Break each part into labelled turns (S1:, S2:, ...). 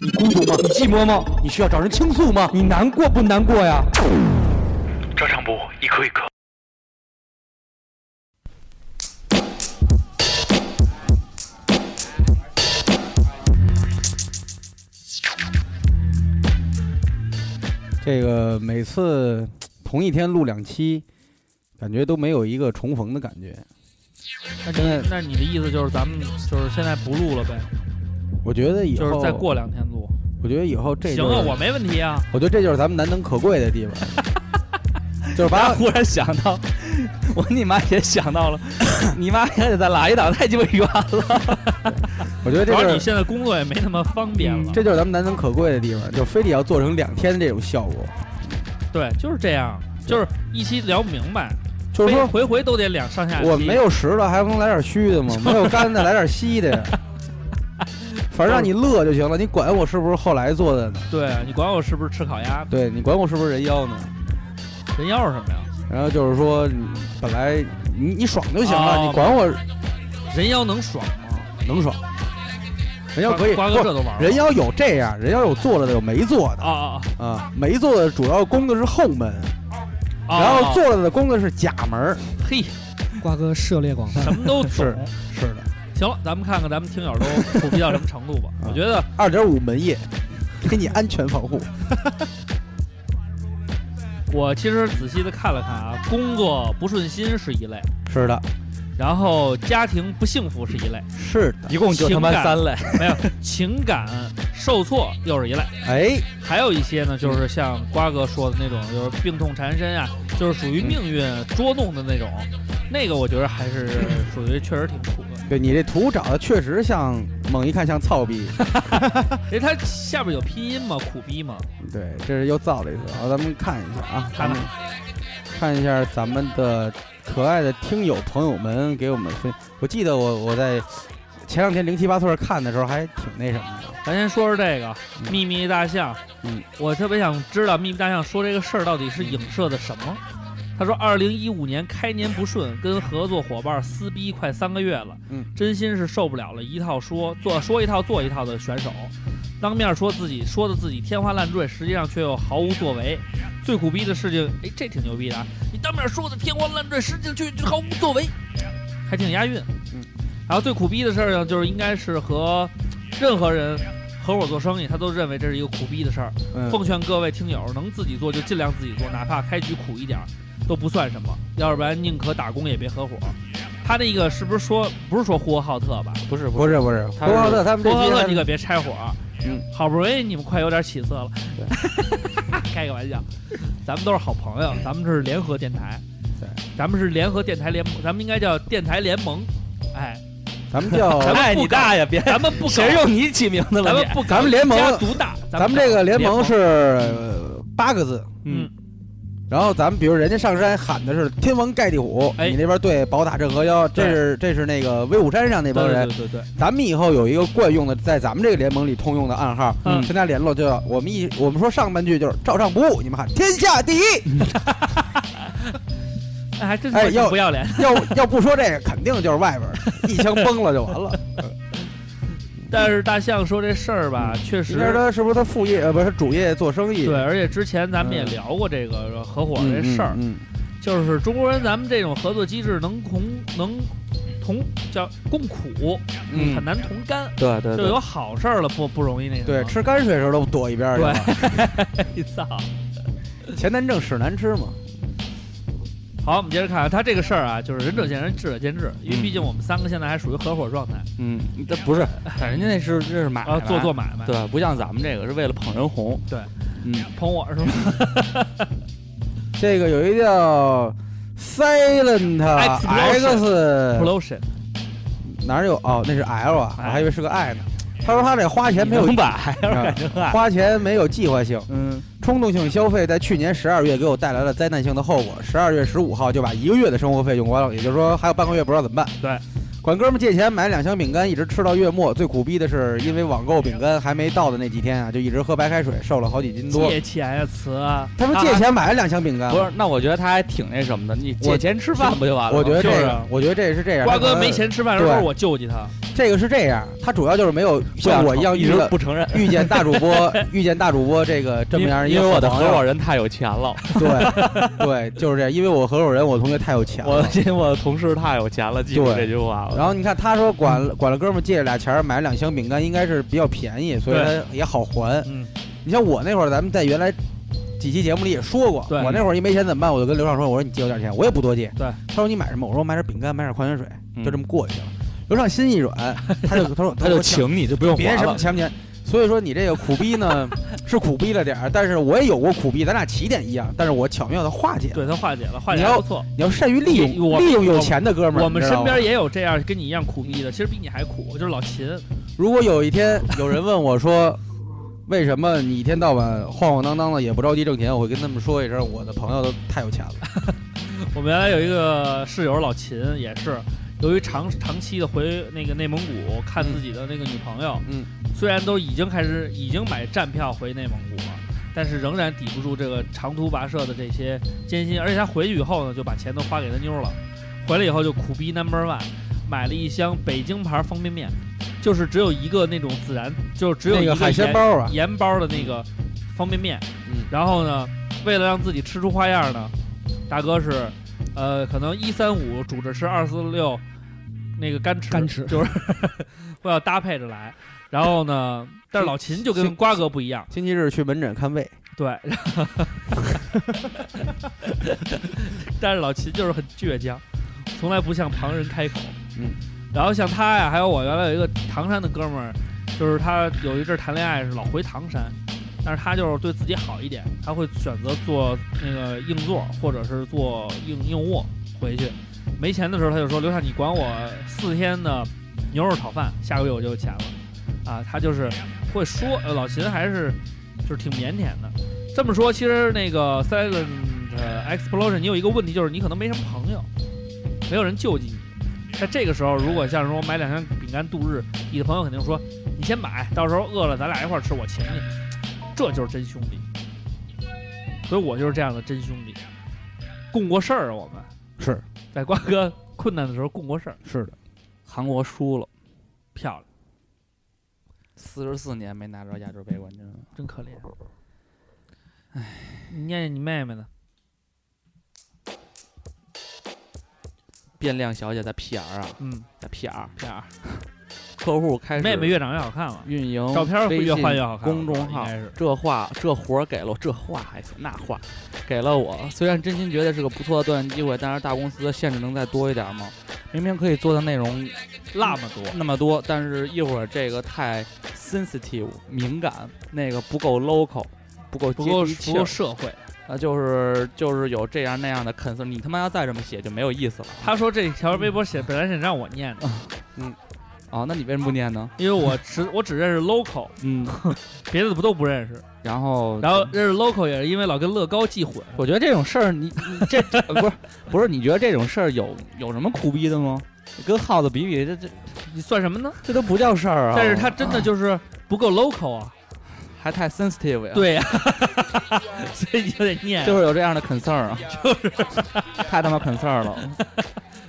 S1: 你孤独吗？你寂寞吗？你需要找人倾诉吗？你难过不难过呀？
S2: 照常不误，一颗一颗。
S3: 这个每次同一天录两期，感觉都没有一个重逢的感觉。
S4: 那
S3: 现在
S4: 你那你的意思就是咱们就是现在不录了呗？
S3: 我觉得以后
S4: 就是再过两天录。
S3: 我觉得以后这
S4: 行
S3: 就
S4: 啊，
S3: 是
S4: 我没问题啊。
S3: 我觉得这就是咱们难能可贵的地方，就是
S4: 啊
S3: 把
S5: 忽然想到，我你妈也想到了， 你妈也得再拉一档，太鸡巴远了。
S3: 我觉得这
S4: 主要
S3: 就是嗯
S4: 你现在工作也没那么方便了。
S3: 这就是咱们难能可贵的地方，就非得要做成两天的这种效果。
S4: 对，就是这样，就是一期聊不明白，
S3: 就是
S4: 非
S3: 说，
S4: 回回都得两上下期。
S3: 我没有实的，还不能来点虚 的吗？没有干的，来点稀的呀。反正让你乐就行了，你管我是不是后来做的呢？
S4: 对你管我是不是吃烤鸭？
S3: 对你管我是不是人妖呢？
S4: 人妖是什么呀？
S3: 然后就是说，你本来你你爽就行了，
S4: 哦
S3: 你管我
S4: 人妖能爽吗？
S3: 能爽。人妖可以，
S4: 瓜瓜哥
S3: 不
S4: 这都玩了
S3: 人妖有这样，人妖有做了的，有没做的
S4: 啊啊
S3: 啊。没做的主要攻的是后门，然
S4: 啊！啊
S3: 后做了的攻的是甲门。
S4: 嘿，
S6: 瓜哥涉猎广泛
S4: 什，么 都懂。
S3: 是是的，。
S4: 行了，咱们看看咱们听友都普及到什么程度吧 我觉得
S3: 二点五门叶，给你安全防护。
S4: 我其实仔细的看了看啊，工作不顺心是一类，
S3: 是的，
S4: 然后家庭不幸福是一类，
S3: 是的。
S5: 一共就他妈
S4: 情感
S5: 三类，
S4: 没有情感受挫又是一类，
S3: 哎，
S4: 还有一些呢，就是像瓜哥说的那种，就是病痛缠身啊，就是属于命运捉弄的那种，那个我觉得还是属于确实挺苦的，
S3: 对你这图找的确实像，猛一看像操逼。
S4: 因为它下边有拼音嘛，苦逼嘛，
S3: 对，这是又造了一次啊，咱们看一下啊，
S4: 看
S3: 咱
S4: 看
S3: 们看一下咱们的可爱的听友朋友们给我们分。我记得我我在前两天零七八岁看的时候还挺那什么的。
S4: 咱先说说这个
S3: 嗯
S4: 秘密大象，
S3: 嗯，
S4: 我特别想知道秘密大象说这个事儿到底是影射的什么。他说，二零一五年开年不顺，跟合作伙伴撕逼快三个月了，
S3: 嗯，
S4: 真心是受不了了，一套说做说一套做一套的选手，当面说自己说的自己天花乱坠，实际上却又毫无作为。最苦逼的事情，哎，这挺牛逼的啊！你当面说的天花乱坠，实际上却却毫无作为，还挺押韵。
S3: 嗯，
S4: 然后最苦逼的事儿呢，就是应该是和任何人合伙做生意，他都认为这是一个苦逼的事儿。奉
S3: 嗯，
S4: 劝各位听友，能自己做就尽量自己做，哪怕开局苦一点儿都不算什么，要不然宁可打工也别合伙。他那个是不是说不是说呼和浩特吧？
S5: 不是
S3: 不
S5: 是，
S3: 是不是，
S5: 他
S3: 博
S5: 是
S3: 浩特他们
S4: 呼
S3: 这
S4: 和浩特你
S3: 期
S4: 可别拆伙，啊
S3: 嗯，
S4: 好不容易你们快有点起色了， 开个玩笑，咱们都是好朋友，咱们是联合电台，
S3: 对，
S4: 咱们是联合电台联盟，咱们应该叫电台联盟，哎，
S3: 咱们叫
S4: 咱们
S5: 哎
S4: 不
S5: 你
S4: 搞
S5: 大爷，别
S4: 咱们不
S5: 谁用你起名
S4: 搞，
S5: 字
S4: 咱
S5: 了
S4: 们
S5: 你？
S4: 不搞
S3: 咱们联盟
S4: 家独大，
S3: 咱们这个联盟是呃八个字，
S4: 嗯。
S3: 然后咱们比如人家上山喊的是“天王盖地虎”，
S4: 哎
S3: 你那边对“宝塔镇河妖”，这是这是那个威武山上那
S4: 对
S3: 帮人。
S4: 对对对对，
S3: 咱们以后有一个惯用的，在咱们这个联盟里通用的暗号，
S4: 嗯
S3: 跟大家联络就要我们一我们说上半句就是“照上不误”，你们喊“天下第 一
S4: 哎，还真
S3: 哎
S4: 他妈挺
S3: 要
S4: 不要脸。”，
S3: 要要不说这个，肯定就是外边 儿一枪崩了就完了。
S4: 但是大象说这事儿吧，确
S3: 你看
S4: 实
S3: 他是不是他副业呃不是主业做生意？
S4: 对，而且之前咱们也
S3: 嗯
S4: 聊过这个合伙
S3: 嗯，
S4: 这事儿，
S3: 嗯，
S4: 就是中国人咱们这种合作机制能同能同叫共苦，
S3: 嗯
S4: 很难同甘，
S5: 对对
S4: 就
S5: 对
S4: 有，好事儿了不不容易那什么。
S3: 对，吃泔水时候都躲一边儿去了。
S4: 对， 操。
S3: 钱难挣，屎难吃嘛。
S4: 好，我们接着看啊，他这个事儿啊，就是仁者见仁，智者见智，因为毕竟我们三个现在还属于合伙状态，
S3: 嗯，
S5: 这不是，人家那是这是买
S4: 啊，
S5: 卖
S4: 做做，买卖，
S5: 对，不像咱们这个是为了捧人红，
S4: 对，
S5: 嗯，
S4: 捧我是吗
S3: 这个有一叫 Silent X，
S4: ？Pollution，
S3: 哪儿有？哦，那是 L 啊，我
S4: 哎
S3: 还以为是个 I 呢。他说他这花钱没有
S5: 能摆，要是真爱，
S3: 花钱没有计划性，
S5: 嗯，
S3: 冲动性消费在去年十二月给我带来了灾难性的后果。十二月十五号就把一个月的生活费用光了，也就是说还有半个月不知道怎么办。
S4: 对，
S3: 管哥们借钱买两箱饼干，一直吃到月末。最苦逼的是，因为网购饼干还没到的那几天啊，就一直喝白开水，瘦了好几斤多。
S4: 借钱呀，词啊，
S3: 他说借钱买了两箱饼干，
S5: 不是，那我觉得他还挺那什么的，你借钱吃饭不就完了吗？啊
S3: 我觉得
S4: 就
S3: 这
S4: 是
S3: 个，我觉得这是这样。
S4: 瓜
S3: 他可
S4: 哥
S3: 能
S4: 没钱吃饭的时候，
S3: 对
S4: 我救济他，
S3: 这个是这样，他主要就是没有像我一样
S5: 一
S3: 遇
S5: 直
S3: 了
S5: 不承认，
S3: 遇见大主 播，遇见大主播这个这么样一
S5: 因
S3: 个
S5: 为我的合
S3: 朋友
S5: 伙人太有钱了，
S3: 对对，就是这样，因为我合伙人，我同学太有钱
S5: 我
S3: 了。
S5: 因为我的同事太有钱了，记住
S3: 对
S5: 这句话了。
S3: 然后你看，他说管了管了哥们儿借了俩钱儿买了两箱饼干，应该是比较便宜，所以
S4: 对
S3: 他也好还。
S4: 嗯，
S3: 你像我那会儿，咱们在原来几期节目里也说过，
S4: 对
S3: 我那会儿一没钱怎么办？我就跟刘畅说，我说你借我点钱，我也不多借。
S4: 对，
S3: 他说你买什么？我说我买点饼干，买点矿泉水，就
S5: 嗯
S3: 这么过去了。刘畅心一 软，他就他说
S7: 他就
S3: 说
S7: 请你就不用
S3: 别
S7: 还
S3: 什么
S7: 了。
S3: 钱不钱。 所以说你这个苦逼呢是苦逼了点儿，但是我也有过苦逼，咱俩起点一样，但是我巧妙的化解了。
S4: 对他化解了，化解
S3: 你
S4: 得
S3: 要
S4: 不错。
S3: 你要善于利用
S4: 我
S3: 利用有钱的哥们儿。
S4: 我们
S3: 你知道
S4: 身
S3: 吗
S4: 边也有这样跟你一样苦逼的，其实比你还苦，就是老秦。
S3: 如果有一天有人问我说， 为什么你一天到晚晃晃荡荡的也不着急挣钱，我会跟他们说一声，我的朋友都太有钱了。
S4: 我们原来有一个室友老秦，也是由于长长期的回那个内蒙古看自己的那个女朋友，
S3: 嗯，
S4: 虽然都已经开始已经买站票回内蒙古了，但是仍然抵不住这个长途跋涉的这些艰辛，而且他回去以后呢，就把钱都花给他妞了，回来以后就苦逼 number one，买了一箱北京牌方便面，就是只有一个那种孜然，就只有
S3: 那
S4: 一
S3: 个海
S4: 盐
S3: 鲜包啊，
S4: 盐包的那个方便面。
S3: 嗯
S4: 然后呢，为了让自己吃出花样呢，大哥是，呃，可能一三五煮着吃，二四六那个干吃，
S6: 干吃
S4: 就是 会要搭配着来。然后呢，但是老秦就跟瓜哥不一样，
S3: 星期日去门诊看胃，
S4: 对， 但是老秦就是很倔强，从来不向旁人开口。
S3: 嗯，
S4: 然后像他呀，还有我原来有一个唐山的哥们儿，就是他有一阵儿谈恋爱是老回唐山，但是他就是对自己好一点，他会选择做那个硬座或者是做硬硬卧回去。没钱的时候他就说：“刘畅，你管我四天的牛肉炒饭，下个月我就有钱了。”啊，他就是会说，呃，老秦还是就是挺腼腆的。这么说，其实那个 Silent 呃 Explosion，你有一个问题就是你可能没什么朋友，没有人救济你。在这个时候，如果像说买两箱饼干度日，你的朋友肯定说你先买，到时候饿了咱俩一块儿吃，我请你。这就是真兄弟。所以我就是这样的真兄弟，共过事儿啊，我们
S3: 是
S4: 在瓜哥困难的时候共过事儿，
S3: 是的，
S5: 韩国输了，
S4: 漂亮，
S5: 四十四年没拿着亚洲杯冠军了。
S4: 真可怜。哎，你念念你妹妹呢？
S5: 变量小姐在 PR 啊，
S4: 嗯，
S5: 在 PR
S4: 这样，
S5: 客户开始
S4: 妹妹越长越好看了。
S5: 运营
S4: 照片会
S5: 哦微
S4: 越
S5: 信
S4: 换越好看
S5: 公众
S4: 我
S5: 号
S4: 应该是
S5: 这话这活儿给了我，这话还行，那话给了我。虽然真心觉得是个不错的锻炼机会，但是大公司的限制能再多一点吗？明明可以做的内容
S4: 那么多，
S5: 那么多，但是一会儿这个太 sensitive 敏感，那个不够 local，不够
S4: 不够
S5: 接地气
S4: 不
S5: 儿
S4: 够社会。
S5: 啊，就是就是有这样那样的 concern，你他妈要再这么写就没有意思了。
S4: 他说这条微博写本来是让我念的，
S5: 啊，那你为什么不念呢？
S4: 因为我只我只认识 local，
S5: 嗯，
S4: 别的都不认识。
S5: 然后
S4: 然后认识 local 也是因为老跟乐高记混，
S5: 我觉得这种事儿，你你这呃不是不是？你觉得这种事儿有有什么苦逼的吗？跟耗子比比，这这
S4: 你算什么呢？
S5: 这都不叫事儿啊！
S4: 但是他真的就是不够 local 啊。
S5: 还太 sensitive 哎呀，，
S4: 对呀、所以你就得念。
S5: 就是有这样的 concern 啊，就是太他妈 concern 了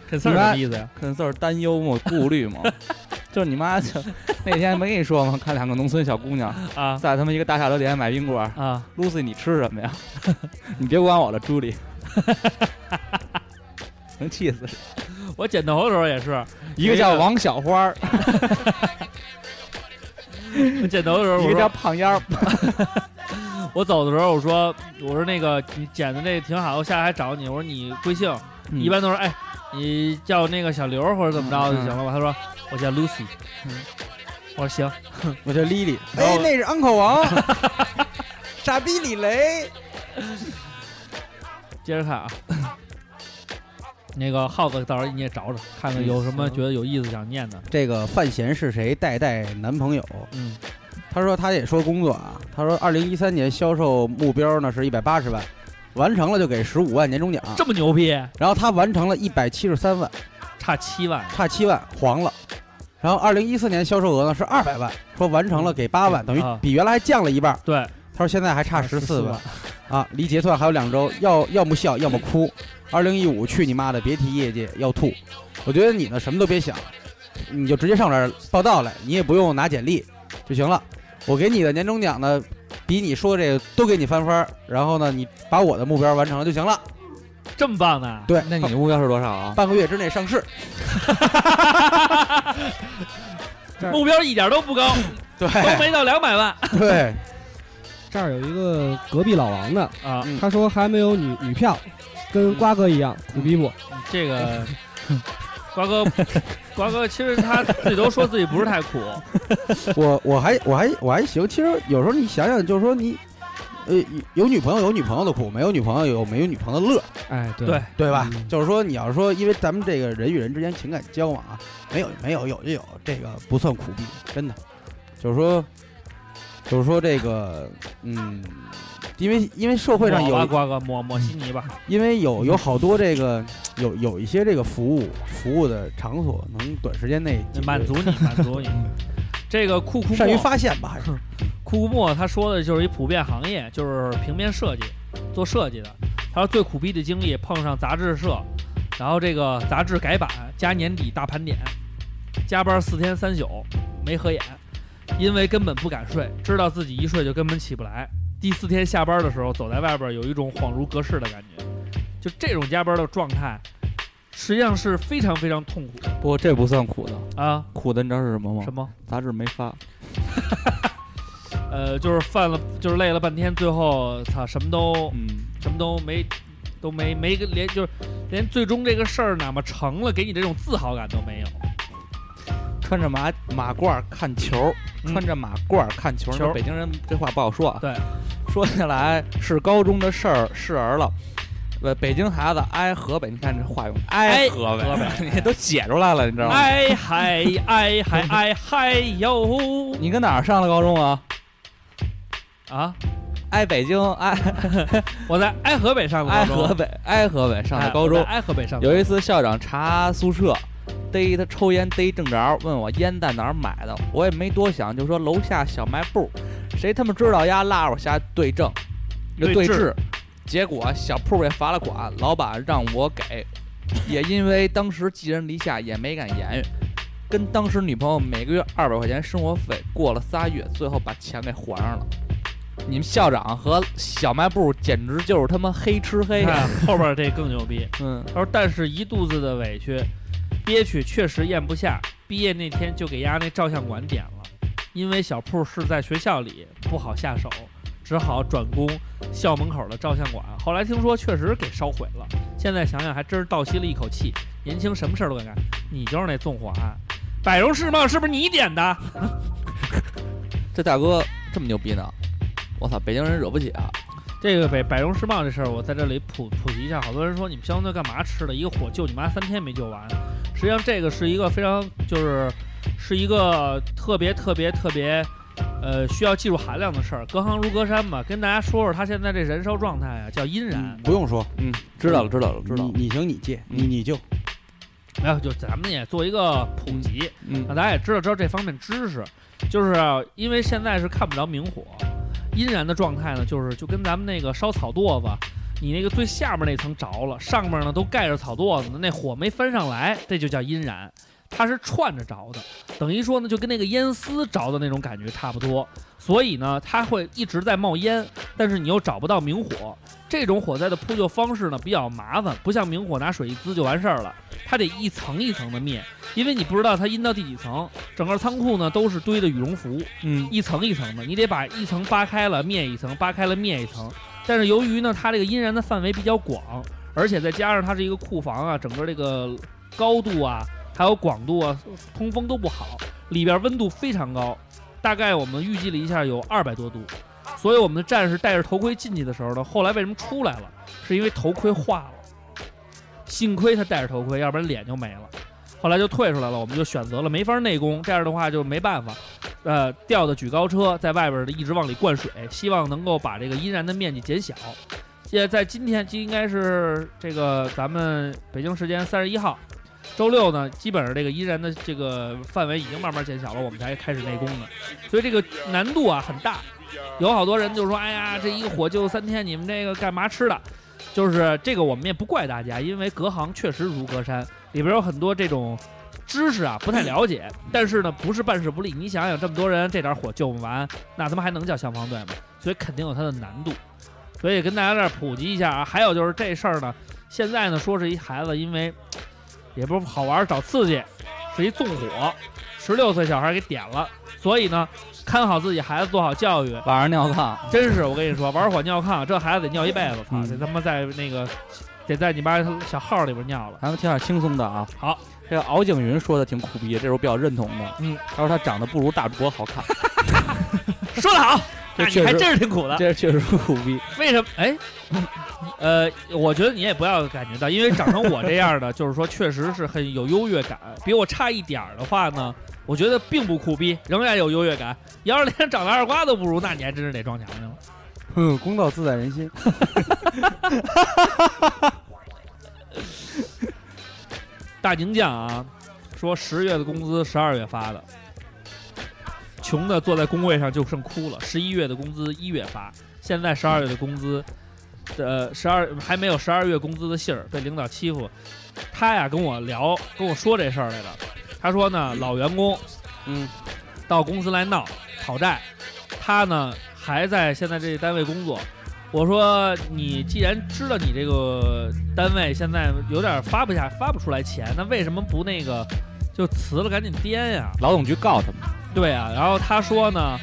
S4: 肯四儿什么意思呀？
S5: ，concern 担忧嘛，顾虑嘛， 就是你妈就那天没跟你说吗？看两个农村小姑娘
S4: 啊
S5: 在他们一个大下楼底下买冰棍儿
S4: 啊，
S5: ，Lucy 你吃什么呀？ 你别管我了，朱莉， 能气死人！
S4: 我剪头的时候也是，
S5: 一个叫王小花儿，
S4: 我剪头的时候
S5: 一
S4: 我
S5: 个叫
S4: 说
S5: 胖丫儿，
S4: 我走的时候我说我说那个你剪的这挺好，我下来还找你，我说你贵姓？
S5: 嗯
S4: 一般都是哎，你叫那个小刘或者怎么着就行了吧？他说我叫 Lucy，、我说行，
S3: 我叫 Lily，
S4: 然
S3: 哎
S4: 后，
S3: 那是 Uncle 王， 傻逼李雷，
S4: 接着看啊。那个耗子到时候你也找找，看看有什么觉得有意思想念的。
S3: 这个范闲是谁代代男朋友？
S4: 嗯，
S3: 他说他也说工作啊，他说二零一三年销售目标呢是一百八十万，完成了就给十五万年终奖，
S4: 这么牛逼，
S3: 然后他完成了一百七十三万，
S4: 差七万，
S3: 差七万黄了。然后二零一四年销售额呢是二百万，说完成了给八万，等于
S4: 啊
S3: 比原来还降了一半。
S4: 对，
S3: 他说现在还差
S4: 14
S3: 嗯十四万，啊，离结算还有两周，要要么笑，要么哭。二零一五去你妈的，别提业界，要吐。我觉得你呢什么都别想，你就直接上这儿报道来，你也不用拿简历就行了。我给你的年终奖呢，比你说的这个都给你翻番儿，然后呢，你把我的目标完成了就行了。
S4: 这么棒呢？
S3: 对，
S5: 那你的目标是多少啊？
S3: 半个月之内上市，
S6: 这儿
S4: 目标一点都不高，
S3: 对
S4: 都没到两百万
S3: 对，
S6: 这儿有一个隔壁老王的，
S4: 啊！
S3: 嗯
S6: 他说还没有女女票，跟瓜哥一样
S5: 嗯
S6: 苦逼不？
S4: 这个 瓜哥，瓜哥其实他自己都说自己不是太苦，
S3: 我我还我还我还行。其实有时候你想想，就是说你，呃，有女朋友有女朋友的苦，没有女朋友有没有女朋友的乐，
S6: 哎，对
S4: 对
S3: 对吧？
S6: 嗯
S3: 就是说你要是说，因为咱们这个人与人之间情感交往啊，没有没有有就有，这个不算苦逼，真的。就是说，就是说这个，嗯，因为因为社会上
S4: 抹吧
S3: 有嗯
S4: 瓜哥抹抹稀泥吧，
S3: 因为有有好多这个有有一些这个服务服务的场所能短时间内解决
S4: 满足你，满 足你。这个酷酷
S3: 善于
S4: 莫
S3: 发现吧，还是嗯
S4: 库布莫他说的就是一普遍行业，就是平面设计，做设计的。他说最苦逼的经历碰上杂志社，然后这个杂志改版加年底大盘点，加班四天三宿没合眼，因为根本不敢睡，知道自己一睡就根本起不来。第四天下班的时候，走在外边有一种恍如隔世的感觉，就这种加班的状态，实际上是非常非常痛苦的
S5: 不过这不算苦的，
S4: 啊。
S5: 苦的你知道是什么吗？
S4: 什么？
S5: 杂志没发，
S4: 呃，就是犯了，就是累了半天，最后操什么都
S5: 嗯，
S4: 什么都没都没没个连就是连最终这个事儿哪怕成了，给你这种自豪感都没有。
S5: 穿着马马褂儿看球，
S4: 嗯
S5: 穿着马褂儿看球，
S4: 球
S5: 那北京人这话不好说啊。
S4: 对，
S5: 说起来是高中的事儿是儿了。呃，北京孩子挨河北，你看这话用挨
S4: 哎
S5: 河北，
S4: 河 北
S5: 你都写出来了，你知道吗？
S4: 哎嗨哎嗨哎嗨哟
S5: 你搁哪儿上的高中啊？
S4: 啊！
S5: 挨北京，挨
S4: 我在挨河北上的
S5: 挨
S4: 高中，
S5: 河北，挨河北上
S4: 哎
S5: 的高中
S4: 我在。挨河北上的
S5: 有一次校长查宿舍，逮他抽烟逮正着，问我烟在哪儿买的，我也没多想，就说楼下小卖部。谁他妈知道呀？拉着我下对证，就
S4: 对
S5: 对
S4: 峙
S5: 峙。结果小铺被罚了款，老板让我给，也因为当时寄人篱下，也没敢言语。跟当时女朋友每个月二百块钱生活费，过了仨月，最后把钱给还上了。你们校长和小卖部简直就是他妈黑吃黑呀、
S4: 哎后边这更牛逼。
S5: 嗯，
S4: 他说，但是一肚子的委屈，憋屈确实咽不下。毕业那天就给丫那照相馆点了，因为小铺是在学校里，不好下手，只好转攻校门口的照相馆。后来听说确实给烧毁了，现在想想还真是倒吸了一口气。年轻什么事儿都敢干，你就是那纵火案，百荣世贸是不是你点的？
S5: 这大哥这么牛逼呢？我操，北京人惹不起啊！
S4: 这个北百荣世贸这事儿，我在这里普普及一下。好多人说你们消防队干嘛吃的？一个火救你妈三天没救完。实际上这个是一个非常就是是一个特别特别特别呃需要技术含量的事儿。隔行如隔山嘛，跟大家说说他现在这燃烧状态啊，叫阴燃。
S3: 不用说，
S5: 嗯，知道了，知道了，知道了嗯
S3: 你。你行你借，你你就
S4: 没有，就咱们也做一个普及。
S5: 嗯
S4: 让大家也知道知道这方面知识，就是啊因为现在是看不着明火，阴燃的状态呢，就是就跟咱们那个烧草垛子，你那个最下面那层着了，上面呢都盖着草垛子呢，那火没翻上来，这就叫阴燃，它是串着着的，等于说呢就跟那个烟丝着的那种感觉差不多，所以呢它会一直在冒烟，但是你又找不到明火，这种火灾的扑救方式呢比较麻烦，不像明火拿水一滋就完事儿了，它得一层一层的灭。因为你不知道它阴到第几层，整个仓库呢都是堆的羽绒服，
S5: 嗯，
S4: 一层一层的，你得把一层扒开了灭一层，扒开了灭一层。但是由于呢，它这个阴燃的范围比较广，而且再加上它是一个库房啊，整个这个高度啊，还有广度啊，通风都不好，里边温度非常高，大概我们预计了一下有二百多度。所以我们的战士戴着头盔进去的时候呢，后来为什么出来了？是因为头盔化了，幸亏他戴着头盔，要不然脸就没了。后来就退出来了，我们就选择了没法内攻，这样的话就没办法，呃，吊的举高车在外边的一直往里灌水，希望能够把这个阴燃的面积减小。也在今天，就应该是这个咱们北京时间三十一号，周六呢，基本上这个阴燃的这个范围已经慢慢减小了，我们才开始内攻的，所以这个难度啊很大。有好多人就说：“哎呀，这一个火就三天，你们这个干嘛吃的？”就是这个，我们也不怪大家，因为隔行确实如隔山，里边有很多这种知识啊不太了解，但是呢不是办事不力。你想想这么多人，这点火救不完，那他妈还能叫消防队吗？所以肯定有它的难度。所以跟大家这儿普及一下啊。还有就是这事儿呢，现在呢说是一孩子因为也不是好玩儿找刺激，是一纵火，十六岁小孩给点了，所以呢看好自己孩子，做好教育。
S5: 晚上尿炕，
S4: 真是我跟你说，玩火尿炕，这孩子得尿一辈子，操！
S5: 嗯
S4: 这他妈在那个得在你妈小号里边尿了。
S5: 咱们听点轻松的啊。
S4: 好，
S5: 这个敖景云说的挺苦逼，这是我比较认同的。
S4: 嗯，
S5: 他说他长得不如大卓好看，
S4: 说得好，
S5: 这
S4: 那你
S5: 确
S4: 还
S5: 实
S4: 真是挺苦的。
S5: 这确实是苦逼。
S4: 为什么？哎，呃，我觉得你也不要感觉到，因为长成我这样 的，就是说确实是很有优越感。比我差一点儿的话呢，我觉得并不酷逼，仍然有优越感。要是连长得二瓜都不如，那你还真是得撞墙去了。
S3: 哼，公道自在人心。
S4: 大宁酱啊，说十月的工资十二月发的，穷的坐在工位上就剩哭了。十一月的工资一月发，现在十二月的工资，呃，十二还没有十二月工资的信儿，被领导欺负。他呀跟我聊，跟我说这事儿来了。他说呢，老员工
S5: 嗯，
S4: 到公司来闹讨债，他呢还在现在这单位工作。我说你既然知道你这个单位现在有点发不下发不出来钱，那为什么不那个就辞了赶紧颠呀、
S5: 劳动局告他们，
S4: 对啊，然后他说呢，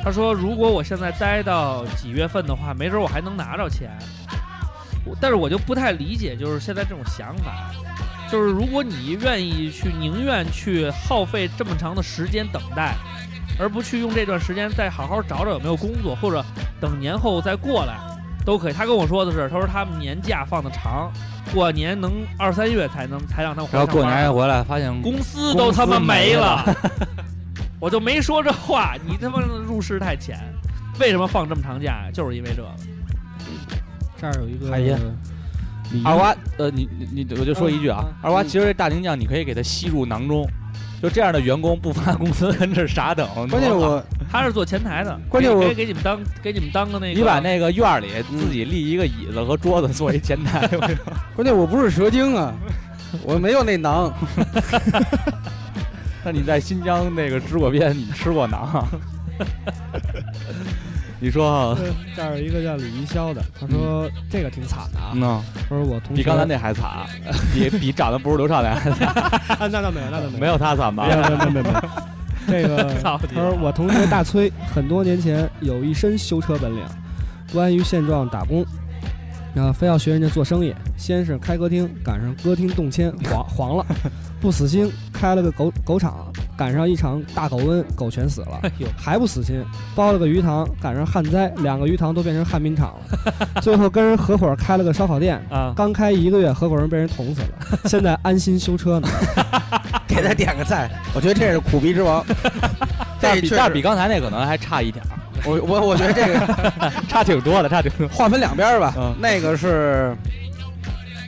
S4: 他说如果我现在待到几月份的话，没准我还能拿着钱。我但是我就不太理解，就是现在这种想法，就是如果你愿意去，宁愿去耗费这么长的时间等待，而不去用这段时间再好好找找有没有工作，或者等年后再过来，都可以。他跟我说的是，他说他们年假放的长，过年能二三月才能才让他回
S5: 然后过
S4: 上班
S5: 年一回来发现
S4: 公司都他妈没了，我就没说这话。你他妈入市太浅，为什么放这么长假？就是因为这个。
S6: 这儿有一个
S5: 海爷
S6: 鲤鱼
S5: 二瓜，呃，你你你，我就说一句啊
S6: 嗯，
S5: 二瓜，其实这大宁酱你可以给他吸入囊中，就这样的员工不发工资跟这傻等。
S3: 关键我
S4: 他是做前台的，
S3: 关键我
S4: 给给你们当给你们当个那个，
S5: 你把那个院儿里
S3: 嗯
S5: 自己立一个椅子和桌子做一 前台，我跟你说
S3: 关键我不是蛇精啊，我没有那囊。
S5: 那你在新疆那个吃过鞭，你吃过馕？ 你说啊，
S6: 呃这儿有一个叫李一霄的，他说这个挺惨的啊，
S5: 嗯，
S6: 他说我同学
S5: 比刚才那还 惨，啊比比长得不如刘畅那还惨，
S6: 啊那倒没有，那倒没有
S5: 没有他惨吧
S6: 没？有没有没有没有没有，这个
S4: 操
S6: 他说我同学大崔很多年前有一身修车本领，不安于现状打工，然后非要学人家做生意。先是开歌厅，赶上歌厅动迁， 黄黄了，不死心，开了个狗狗场，赶上一场大狗瘟，狗全死了。
S4: 哎呦，
S6: 还不死心，包了个鱼塘，赶上旱灾，两个鱼塘都变成旱冰场 了。最后跟人合伙开了个烧烤店，
S4: 啊，
S6: 刚开一个月，合伙人被人捅死了，现在安心修车 呢。
S3: 给他点个赞，我觉得这是苦逼之 王。
S5: 但
S3: 这
S5: 是比
S3: 确
S5: 但是比
S3: 实，
S5: 刚才那可能还差一点儿，
S3: 我我我觉得这 个
S5: 差挺多的，差挺多。
S3: 划分两边儿吧。
S5: 嗯
S3: 那个是，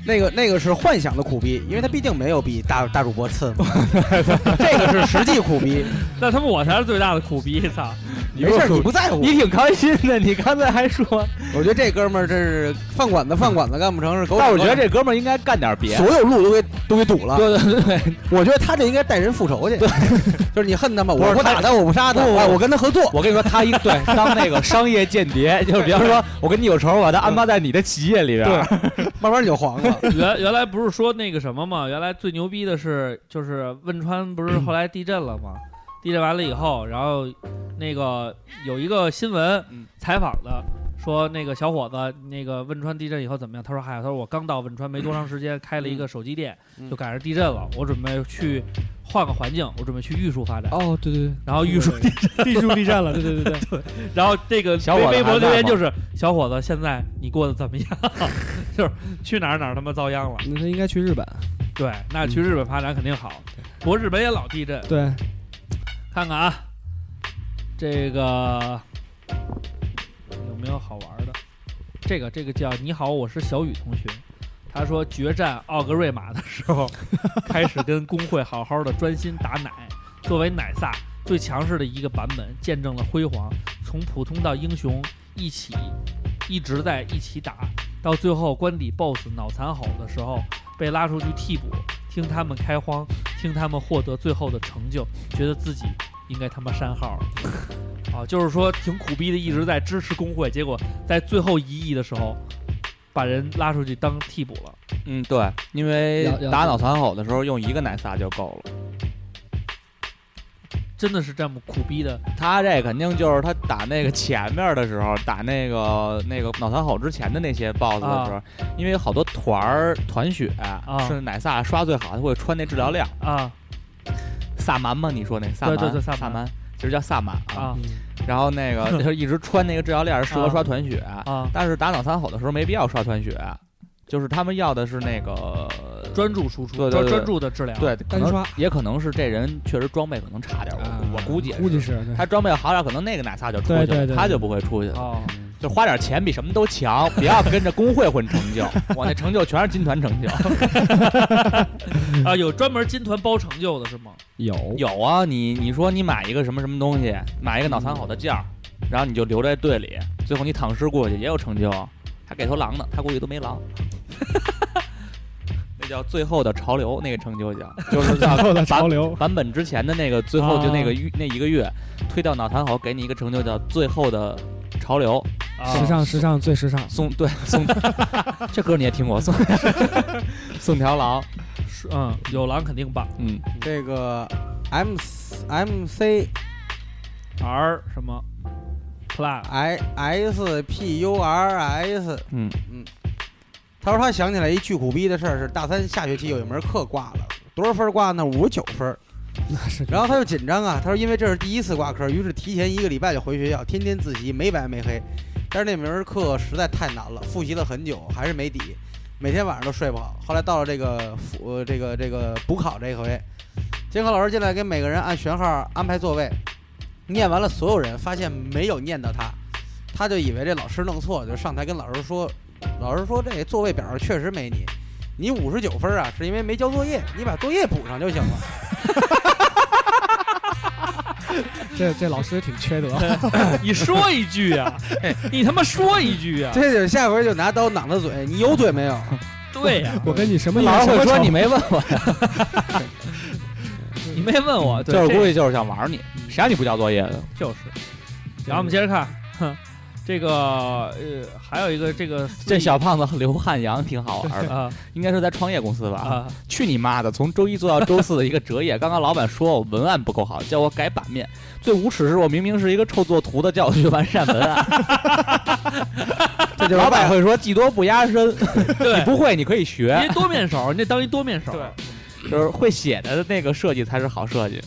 S3: 那个那个是幻想的苦逼，因为他毕竟没有比大大主播次 嘛。这个是实际苦逼，
S4: 那他妈我才是最大的苦逼，操！
S3: 没事儿你不在乎。
S5: 你挺开心的，你刚才还说，
S3: 我觉得这哥们儿这是饭馆子饭馆子干不成是狗。
S5: 但我觉得这哥们儿应该干点别。
S3: 所有路都给都给堵了。
S5: 对对对，
S3: 我觉得他这应该带人复仇去，就是你恨他吗？
S5: 不是
S3: 我不打
S5: 他
S3: 他，我不杀他，
S5: 不不
S3: 哎我跟他合作。
S5: 我跟你说，他应对当那个商业间谍，就是比方说，我跟你有仇，我把他安排在你的企业里边儿。
S3: 慢慢你就黄了。
S4: 原原来不是说那个什么吗？原来最牛逼的是，就是汶川不 是后来地震了吗？地震完了以后，然后那个有一个新闻
S5: 嗯
S4: 采访的，说那个小伙子那个汶川地震以后怎么样？他说嗨，他说我刚到汶川没多长时间，开了一个手机店，
S3: 嗯
S4: 就赶上地震了，我准备去换个环境，我准备去玉树发展。
S6: 哦，对对对，
S4: 然后玉树地，
S6: 地主地震了，对对对对，
S4: 然后这个
S5: 小伙子
S4: 微微博
S5: 还在
S4: 留言
S5: 吗
S4: 就是小伙子，现在你过得怎么样？ 就是去哪儿哪儿他妈遭殃了。
S6: 那他应该去日本。
S4: 对，那去日本发展肯定好。不过日本也老地震，
S6: 对，
S4: 看看啊，这个有没有好玩的？这个这个叫你好，我是小雨同学。他说决战奥格瑞玛的时候，开始跟工会好好的专心打奶。作为奶萨最强势的一个版本，见证了辉煌，从普通到英雄，一起一直在一起打，到最后官邸 BOSS 脑残吼的时候被拉出去替补，听他们开荒，听他们获得最后的成就，觉得自己应该他妈删号 了。啊，就是说挺苦逼的，一直在支持工会，结果在最后一役的时候，把人拉出去当替补了。
S5: 嗯，对，因为
S6: 要要
S5: 打脑残吼的时候用一个奶撒就够了。
S4: 真的是这么苦逼的，
S5: 他这肯定就是他打那个前面的时候，打那个那个脑残吼之前的那些 BOSS 的
S4: 啊
S5: 时候，因为好多团儿团血、啊是奶萨刷最好，他会穿那治疗量
S4: 啊
S5: 萨满吗？你说那萨满？
S4: 对对对萨
S5: 萨
S4: 满
S5: 其实叫萨满啊。
S6: 嗯
S4: 啊
S5: 然后那个就是一直穿那个治疗链儿，适合
S4: 啊
S5: 刷团血、
S4: 啊！
S5: 但是打脑残吼的时候没必要刷团血，就是他们要的是那个
S4: 专注输出，
S5: 对对
S4: 专
S5: 对
S4: 专注的治疗。，
S5: 对可能
S6: 单刷
S5: 也可能是这人确实装备可能差点儿，
S6: 啊
S5: 我估计也
S6: 估计是对
S5: 他装备好点儿，可能那个奶萨就出去
S6: 对
S5: 了，
S6: 对对对
S5: 他就不会出去了。
S4: 哦，
S5: 就花点钱比什么都强，不要跟着工会混成 就。我那成就全是金团成就。
S4: 啊，有专门金团包成就的是吗？
S6: 有
S5: 有啊，你你说你买一个什么什么东西，买一个脑残好的件儿，然后你就留在队里，最后你躺尸过去也有成就。还给头狼呢，他估计都没狼。 那叫最后的潮流，那个成就 奖就是在
S6: 后的潮流，啊
S5: 版本之前的那个最后就那个月、那一个月推到脑残好，给你一个成就叫最后的潮流。
S4: 啊，
S6: 时尚时尚最时尚，
S5: 宋对宋， 这歌你也听过宋宋条狼，
S4: 是嗯，有狼肯定棒
S5: 嗯，
S3: 这个 M M C
S4: ，R 什么 Plus
S3: I S P U R S，
S5: 嗯
S3: 他说他想起来一巨苦逼的事儿，是大三下学期有一门课挂了，多少分儿挂呢？五十九分儿。
S6: 那是
S3: 然后他就紧张啊，他说因为这是第一次挂科，于是提前一个礼拜就回学校，天天自习，没白没黑。但是那门课实在太难了，复习了很久还是没底，每天晚上都睡不好。后来到了这个辅、呃这个这个补考这回，监考老师进来给每个人按学号安排座位，念完了所有人，发现没有念到他，他就以为这老师弄错，就上台跟老师说，老师说这座位表上确实没你，你五十九分啊，是因为没交作业，你把作业补上就行了。
S6: 这这老师挺缺德，
S4: 你说一句 呀，你他妈说一句
S5: 啊
S4: 啊呀，
S3: 这就下回就拿刀攮他嘴，你有嘴没有？
S4: 对呀，
S6: 我跟你什么
S5: 老师
S6: 什
S5: 会
S6: 么
S5: 说
S6: 仇
S5: 你没问我，
S4: 你没问我，对
S5: 就是
S4: 这
S5: 估计就是想玩你，谁嗯让你不交作业的？
S4: 就是。
S5: 嗯
S4: 然后我们接着看，哼，这个呃，还有一个这个
S5: 这小胖子刘汉阳挺好玩的，
S4: 啊
S5: 应该是在创业公司吧？
S4: 啊
S5: 去你妈的！从周一做到周四的一个折页，刚刚老板说我文案不够好，叫我改版面。最无耻是我明明是一个臭作图的，叫我去完善文 案。
S3: 这就是
S5: 老板会说技多不压身，
S4: 对
S5: 你，不会你可以学
S4: 人，家多面 手，人家当一多面手。对，
S5: 就是会写的那个设计才是好设计。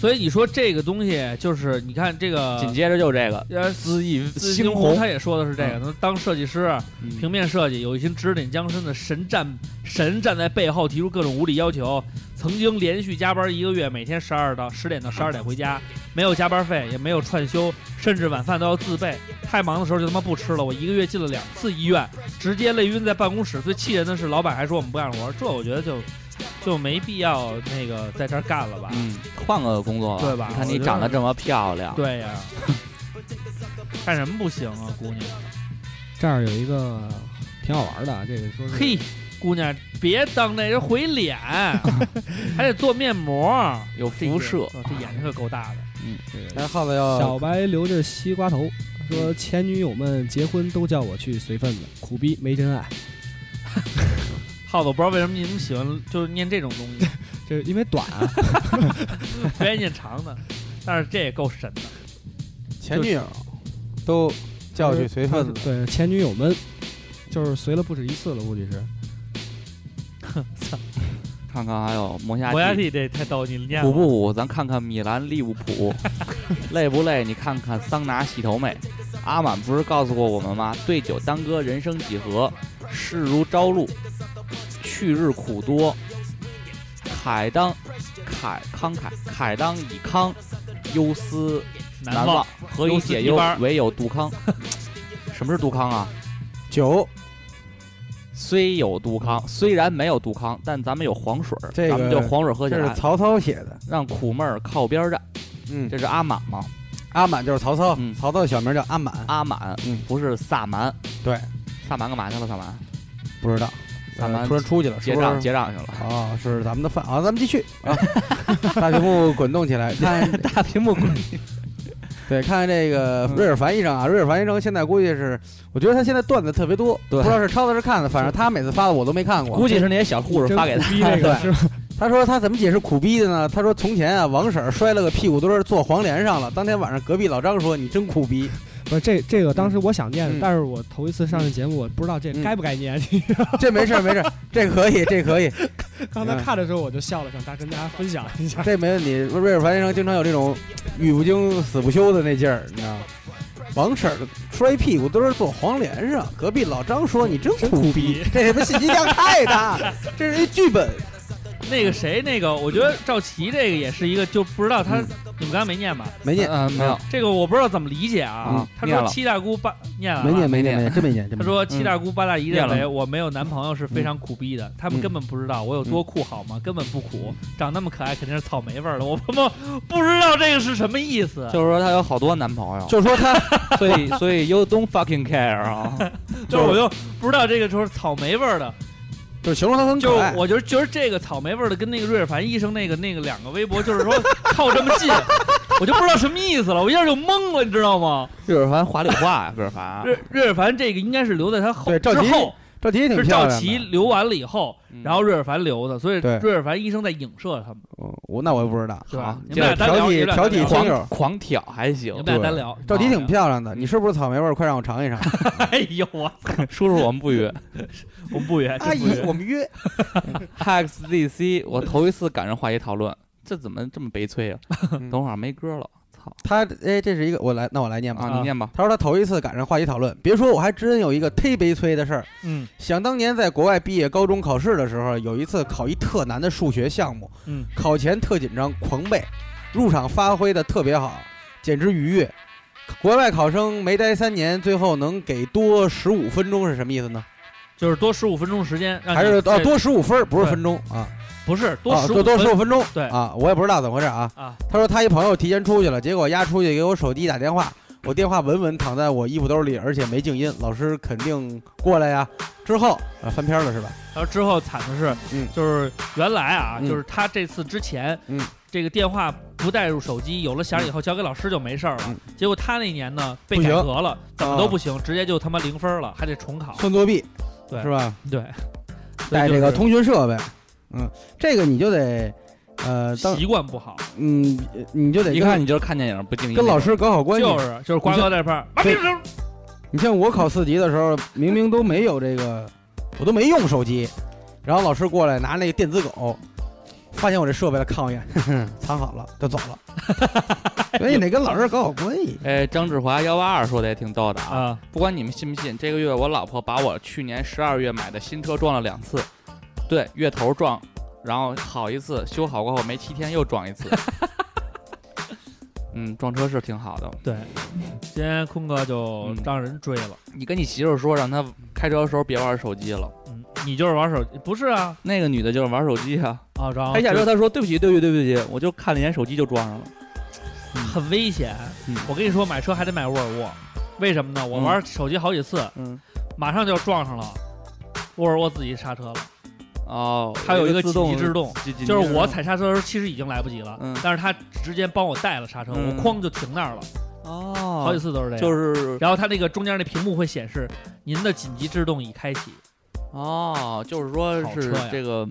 S4: 所以你说这个东西，就是你看这个，
S5: 紧接着就这个
S4: 呃，
S5: 恣意
S4: 紫
S5: 猩
S4: 红
S5: 红，
S4: 他也说的是这个，能当设计师、啊
S5: 嗯
S4: 平面设计，有一群指点江山的神站神站在背后提出各种无理要求。曾经连续加班一个月，每天十二到十点到十二点回家，没有加班费，也没有串休，甚至晚饭都要自备。太忙的时候就他妈不吃了。我一个月进了两次医院，直接累晕在办公室。最气人的是，老板还说我们不干活，这我觉得就就没必要那个在这儿干了吧。
S5: 嗯，换个工作吧，
S4: 对吧
S5: 你看
S4: 我
S5: 你
S4: 觉得
S5: 长得这么漂亮，
S4: 对呀、 干什么不行啊，姑娘？
S6: 这儿有一个挺好玩的啊，这个说是
S4: 嘿，姑娘，别当那人回 脸，还得做面膜，
S5: 有辐射，
S4: 这眼这眼睛可够大的。
S3: 那耗子
S5: 呃
S6: 小
S3: 要
S6: 白留着西瓜头，说前女友们结婚都叫我去随份子，苦逼没真爱。
S4: 耗子，我不知道为什么你们喜欢就是念这种东 西，
S6: 这因为短，啊
S4: 不愿意念长的，但是这也够神的。
S3: 前女友都叫去随份子，
S6: 对前女友们，就是随了不止一次了，估计是。
S5: 看看还有磨牙
S4: 摩牙蒂这太逗，你念吧
S5: 鼓不鼓？咱看看米兰、利物 浦，累不累？你看看桑拿洗头妹。阿满不是告诉过我们吗？对酒当歌，人生几何？事如朝露，去日苦多。慨当慨慷慨，慨当以慷，忧思
S4: 难
S5: 难
S4: 忘
S5: 忘。何以
S4: 忧思
S5: 解
S4: 一
S5: 忧
S4: 般？
S5: 唯有杜康。什么是杜康啊？
S3: 酒
S5: 虽有杜康，虽然没有杜康，但咱们有黄水儿，
S3: 这
S5: 咱们
S3: 个
S5: 就黄水喝起
S3: 这
S5: 来
S3: 是，曹操写的。
S5: 让苦闷儿靠边儿站。
S3: 嗯，
S5: 这是阿满吗？
S3: 阿满就是曹操
S5: 嗯，啊
S3: 曹操的小名叫阿满。
S5: 阿满，
S3: 嗯
S5: 不是萨满。
S3: 对，
S5: 萨满干嘛去了？萨满
S3: 不知道
S5: 咱们
S3: 呃突然出去了，
S5: 结
S3: 是不是
S5: 账结账去了。
S3: 啊，是咱们的饭啊，咱们继续 啊，大屏幕滚动起来，看
S5: 大屏幕滚，
S3: 对看这个
S5: 嗯
S3: 瑞尔凡医生啊，瑞尔凡医生现在估计是，我觉得他现在段子特别多，
S5: 对
S3: 不知道是抄的是看的，反正他每次发的我都没看过。
S5: 估计是那些小护士
S6: 真
S5: 发给
S6: 苦
S5: 他
S6: 逼这个
S3: 对
S6: 是吧？
S3: 他说他怎么解释苦逼的呢？他说从前啊，王婶儿摔了个屁股墩儿，坐黄连上了。当天晚上，隔壁老张说你真苦逼，
S6: 不是这这个，当时我想念的
S3: 嗯，
S6: 但是我头一次上这节目，我不知道这
S3: 嗯
S6: 该不该念。
S3: 这没事儿没事儿，这可以这可以，
S6: 刚才看的时候我就笑了，想大跟大家分享一下。
S3: 这没问题。瑞尔凡医生经常有这种语不惊死不休的那劲儿，你知道吗？王婶儿摔屁股墩儿坐黄连上，隔壁老张说你真苦逼，这他妈信息量太大，这是一剧本。
S4: 那个谁，那个我觉得赵琦这个也是一个，就不知道他、
S3: 嗯
S4: 你们刚才没念吧？
S3: 没念，
S5: 嗯，没有，
S4: 这个我不知道怎么理解啊。
S5: 嗯
S4: 他
S5: 念
S4: 说
S5: 了
S4: 七大姑八啊念了，
S3: 没念，。没
S5: 没
S3: 念，
S5: 念
S3: 没念，真没念。真没念
S4: 他说七大姑八大姨认
S5: 念
S4: 为
S5: 了
S4: 我没有男朋友是非常苦逼
S3: 嗯
S4: 的，他们根本不知道我有多酷好吗？根本不苦，长那么可爱肯定是草莓味儿的，我他妈不知道这个是什么意思。
S5: 就是说她有好多男朋友，
S3: 就是说他
S5: 所以所以 you don't fucking care 啊，
S4: 就是我就不知道这个就是草莓味儿的，
S3: 就是形容他很
S4: 就
S3: 可爱
S4: 是，我觉得觉得这个草莓味儿的跟那个瑞尔凡医生那个那个两个微博就是说靠这么近，我就不知道什么意思了，我一下就懵了，你知道吗？
S5: 瑞尔凡滑溜话呀，瑞 尔凡，
S4: 瑞瑞尔凡这个应该是留在他后
S3: 啊对赵
S4: 之
S3: 琦
S4: 后，
S3: 赵琦也挺
S4: 是
S3: 漂
S4: 赵
S3: 亮的。
S4: 琦留完了以后，
S5: 嗯
S4: 然后瑞尔凡留的，所以
S3: 对
S4: 瑞尔凡医生在影射他们，
S3: 哦我那我也不知道。
S4: 对吧
S5: 好？
S4: 你们俩单聊，
S3: 调
S4: 你
S3: 戏
S4: 们俩
S3: 调
S4: 单
S3: 戏
S4: 聊，
S3: 黄友，
S5: 狂挑还行
S4: 你，们俩单聊。
S3: 赵
S4: 琦
S3: 迪 挺，漂亮的，你是不是草莓味儿？快让我 尝一尝。
S4: 哎呦我操，
S5: 叔叔我们不约
S4: 我们不约，
S3: 阿
S4: 真不
S3: 姨，
S4: 约
S3: 我们约。
S5: ，XDC，我头一次赶上话题讨论，这怎么这么悲催啊？
S3: 嗯
S5: 等会儿没歌了，操
S3: 他哎，这是一个我来，那我来念吧。
S5: 啊，你念吧，
S3: 他说他头一次赶上话题讨论，别说我还真有一个忒悲催的事儿。
S4: 嗯
S3: 想当年在国外毕业高中考试的时候，有一次考一特难的数学项目，
S4: 嗯，
S3: 考前特紧张，狂背，入场发挥的特别好，简直愉悦。国外考生没待三年，最后能给多十五分钟是什么意思呢？
S4: 就是多十五分钟时间，让你
S3: 还是哦
S4: 这
S3: 多十五分儿，不是
S4: 对
S3: 分钟啊？
S4: 不是多
S3: 啊
S4: 十
S3: 多
S4: 五
S3: 多十
S4: 分
S3: 五分钟，
S4: 对
S3: 啊，我也不知道怎么回事啊。
S4: 啊，
S3: 他说他一朋友提前出去了，结果丫出去给我手机打电话，我电话稳稳躺在我衣服兜里，而且没静音，老师肯定过来呀。之后啊翻篇了是吧？
S4: 然后之后惨的是，
S3: 嗯
S4: 就是原来啊，
S3: 嗯
S4: 就是他这次之前，
S3: 嗯
S4: 这个电话不带入手机，有了响以后交给老师就没事儿了。
S3: 嗯
S4: 结果他那年呢被
S3: 不
S4: 改
S3: 行啊
S4: 革了，怎么都不行，直接就他妈零分了，还得重考。
S3: 算作弊，
S4: 对
S3: 是吧？
S4: 对，所以
S3: 带这
S4: 就是
S3: 个通讯设备，嗯，这个你就得呃当
S4: 习惯不好，
S3: 嗯你就得
S5: 一
S3: 跟
S5: 看你就是看电影不敬业，
S3: 跟老师搞好关系。
S4: 就是就是瓜哥在这儿，
S3: 对你像我考四级的时候，明明都没有这个，我都没用手机，然后老师过来拿那个电子狗，发现我这设备了，看我 一眼，呵呵藏好了就走了。所以你得跟老师搞好关系。
S5: 哎，张志华幺八二说的也挺逗的啊！
S4: 啊，
S5: 不管你们信不信，这个月我老婆把我去年十二月买的新车撞了两次，对，月头撞，然后好一次，修好过后没七天又撞 一次。嗯，撞车是挺好的。
S4: 对，今天坤哥就
S5: 嗯
S4: 让人追了，
S5: 你跟你媳妇说，让她开车的时候别玩手机了。
S4: 嗯，你就是玩手机，不是啊
S5: 那个女的就是玩手机啊，
S4: 啊，然后
S5: 开下
S4: 就
S5: 车她说对不起，对不起，对不起，我就看了一眼手机就撞上了。
S4: 很危险
S5: 嗯。
S4: 我跟你说，买车还得买沃尔沃，为什么呢？我
S5: 嗯
S4: 玩手机好几次，
S5: 嗯，
S4: 马上就撞上了，沃尔沃自己刹车了。
S5: 哦，
S4: 它有一
S5: 一
S4: 个
S5: 个
S4: 紧
S5: 自
S4: 急
S5: 动
S4: 制动，
S5: 紧，紧急
S4: 就是
S5: 制
S4: 我
S5: 动
S4: 踩刹车的时候，其实已经来不及了，
S5: 嗯
S4: 但是它直接帮我带了刹车，
S5: 嗯
S4: 我哐就停那儿了，
S5: 哦，
S4: 好几啊次都是这样。
S5: 就是
S4: 然后它那个中间那屏幕会显示您的紧急制动已开启，
S5: 哦，就是说
S4: 好
S5: 是
S4: 车呀
S5: 这个，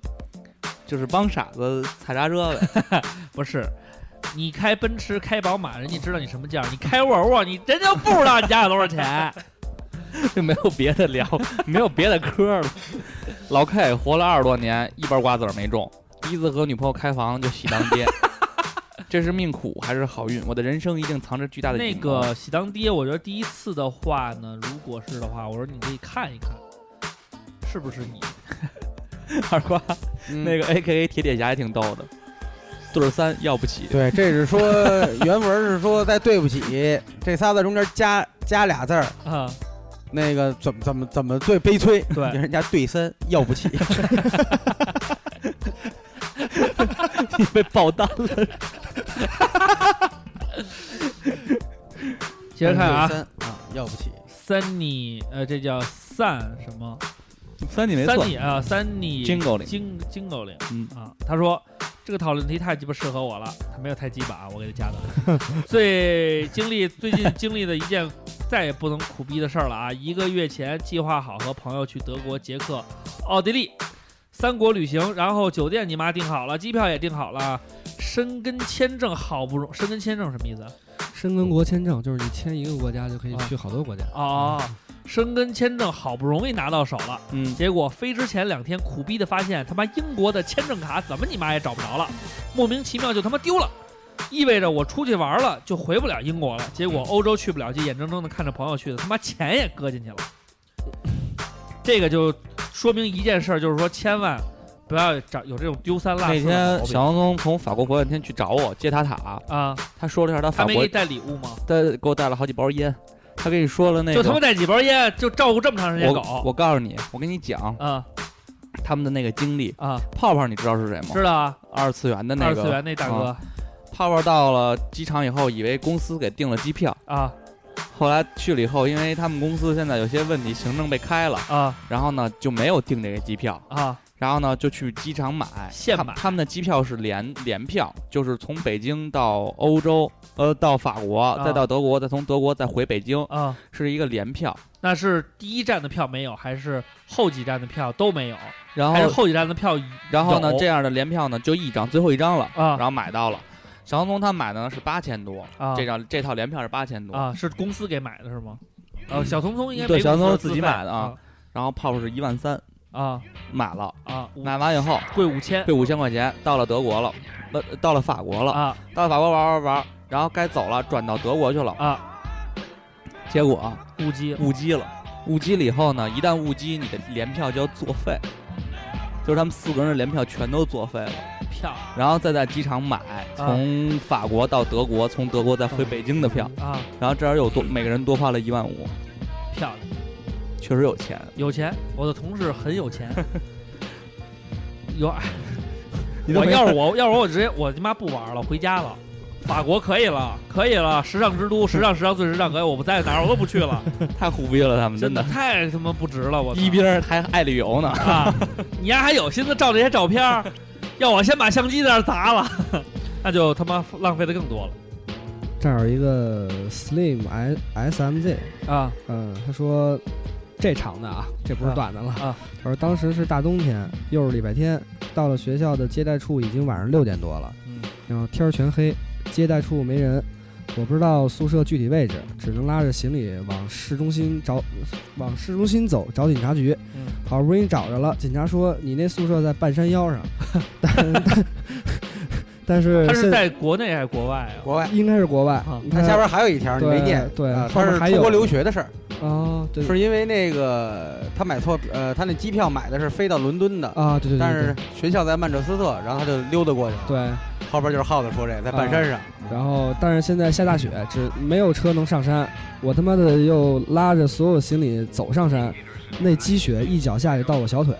S5: 就是帮傻子踩刹车呗。
S4: 不是。你开奔驰、开宝马，人家知道你什么价；你开沃尔沃，你人家不知道你家有多少钱。
S5: 就 没有别的聊，没有别的嗑了。老 K 活了二十多年，一瓣瓜子儿没中，第一次和女朋友开房就喜当爹。这是命苦还是好运？我的人生一定藏着巨大的
S4: 那
S5: 隐瞒
S4: 个喜当爹，我觉得第一次的话呢，如果是的话，我说你可以看一看，是不是你？
S5: 二瓜，
S3: 嗯
S5: 那个 A K A 铁铁侠也挺逗的。对儿三要不起，
S3: 对，这 是说原文是说在对不起这仨字中间加加俩字儿，
S4: 啊、
S3: 那个怎么怎么怎么最悲催？
S4: 对
S3: 人家对三要 不起，
S5: 你 被爆单了。
S4: 接着看啊
S3: 对，三啊要不起。啊
S4: Sunny，呃，这叫 Sun 什么
S5: 三你没
S4: 三
S5: 错，
S4: 你啊，三你
S5: 金狗领
S4: 金金狗领，
S5: 嗯
S4: 啊，他说这个讨论题太鸡巴适合我了，他没有太鸡巴啊，我给他加的。 最经历最近经历的一件再也不能苦逼的事儿了啊！一个月前计划好和朋友去德国、捷克、奥地利三国旅行，然后酒店你妈订好了，机票也订好了，申根签证好不容申根签证什么意思？
S6: 申根国签证就是你签一个国家就可以
S4: 啊
S6: 去好多国家。
S4: 哦，申根签证好不容易拿到手了。
S5: 嗯，
S4: 结果飞之前两天，苦逼的发现他妈英国的签证卡怎么你妈也找不着了，莫名其妙就他妈丢了，意味着我出去玩了就回不了英国了。结果欧洲去不了，就眼睁睁的看着朋友去的，他妈钱也搁进去了。这个就说明一件事儿，就是说千万不要找有这种丢三落
S5: 那
S4: 四的
S5: 天
S4: 毛病
S5: 小杨东从法国回来那天去找我接塔塔，
S4: 啊，
S5: 他说了一下他
S4: 他
S5: 法
S4: 没给
S5: 国
S4: 你带礼物吗？
S5: 他给我带了好几包烟，他跟你说了那
S4: 就他妈
S5: 个。
S4: 带几包烟，就照顾这么长时间
S5: 我
S4: 狗
S5: 我告诉你，我跟你讲
S4: 啊
S5: 他们的那个经历。
S4: 啊，
S5: 泡泡你知道是谁吗？
S4: 知道啊，
S5: 二次元的那
S4: 二
S5: 个啊
S4: 次元那大哥
S5: 泡泡到了机场以后，以为公司给订了机票，
S4: 啊
S5: 后来去了以后，因为他们公司现在有些问题，行政被开了，
S4: 啊
S5: 然后呢就没有订这个机票，
S4: 啊
S5: 然后呢就去机场买
S4: 现
S5: 他
S4: 买
S5: 他们的机票是联联票，就是从北京到欧洲，呃，到法国，再到德国，再从德国再回北京，
S4: 啊！
S5: 是一个联票。
S4: 那是第一站的票没有，还是后几站的票都没有？
S5: 然
S4: 还是
S5: 后，
S4: 后几站的票有？
S5: 然后呢
S4: 有
S5: 这样的联票呢就一张，最后一张了，
S4: 啊
S5: 然后买到了。小黄龙他买的呢是八千多，
S4: 啊
S5: 这张这套联票是八千多，
S4: 啊，是公司给买的是吗？呃，小聪聪应该
S5: 对
S4: 没公司
S5: 小聪聪
S4: 自
S5: 自己
S4: 费
S5: 买的啊然后泡泡是一万三，
S4: 啊
S5: 买了，
S4: 啊啊，五
S5: 买完以后
S4: 贵五千
S5: 这五千块钱到了德国了，呃，到了法国了，
S4: 啊
S5: 到了法国玩玩玩，然后该走了，转到德国去了，
S4: 啊，
S5: 结果啊
S4: 误机
S5: 误机了，误机了以后呢，一旦误机，你的联票就要作废，就是他们四个人的联票全都作废了，
S4: 票
S5: 然后再在机场买从法国到德国，从德国再回北京的票，
S4: 啊
S5: 然后这样又多每个人多花了一万五，
S4: 漂亮，
S5: 确实有钱，
S4: 有钱，我的同事很有钱。有，
S5: 你都
S4: 我
S5: 没
S4: 要是我要是我直接我他妈不玩了，回家了。法国可以了，可以了，时尚之都，时尚时尚最时尚，可以，我不在哪儿我都不去了，
S5: 太虎逼了，他们
S4: 真
S5: 真
S4: 的
S5: 的。
S4: 太他妈不值了，我操
S5: 一兵儿还爱旅游呢，
S4: 啊，你丫还有心思照这些照片儿？要我先把相机在那儿砸了， 那就他妈浪费的更多了
S6: 这儿有一个 Slim S S M Z，
S4: 啊！
S6: 嗯，他说这长的啊，这不是短的了
S4: 啊啊
S6: 他说当时是大冬天，又是礼拜天，到了学校的接待处已经晚上六点多了，
S4: 嗯
S6: 然后天儿全黑，接待处没人。我不知道宿舍具体位置，只能拉着行李往市中心找，往市中心走找警察局。
S4: 嗯
S6: 好不容易找着了，警察说你那宿舍在半山 腰上，但但但是
S4: 他是
S6: 现
S4: 在国内还是国外啊？
S3: 国外。
S6: 应该是国外，
S4: 啊
S6: 你
S3: 他
S6: 看
S3: 下边还有一条你
S6: 对
S3: 没念，
S6: 对
S3: 啊
S6: 后
S3: 他
S6: 面
S3: 是
S6: 还
S3: 出国
S6: 有
S3: 留学的事儿，
S6: 哦，对
S3: 是因为那个他买错，呃，他那机票买的是飞到伦敦的，
S6: 啊，对对对，
S3: 但
S6: 对
S3: 是学校在曼彻斯特，然后他就溜达过去了。
S6: 对，
S3: 后边就是耗子说这个在半山上，
S6: 然后但是现在下大雪，只没有车能上山，我他妈的又拉着所有行李走上山，那积雪一脚下去到我小腿，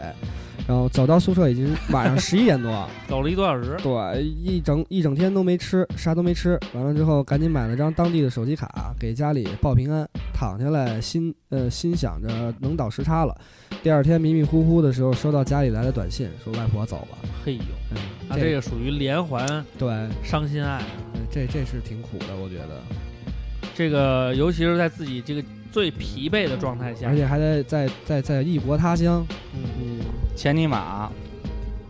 S6: 然后走到宿舍已经晚上十一点多，
S4: 走了一个多小时，
S6: 对，一整一整天都没吃，啥都没吃，完了之后赶紧买了张当地的手机卡给家里报平安，躺下来心呃心想着能倒时差了，第二天迷迷糊糊的时候收到家里来的短信说外婆走了，
S4: 嘿呦，
S6: 嗯，
S4: 那
S6: 这
S4: 啊这个属于连环
S6: 对，
S4: 伤心案啊，
S6: 嗯这这是挺苦的，我觉得。
S4: 这个尤其是在自己这个最疲惫的状态下
S6: 而，且还在在在在异国他乡，
S4: 嗯，
S6: 嗯，
S5: 钱尼玛，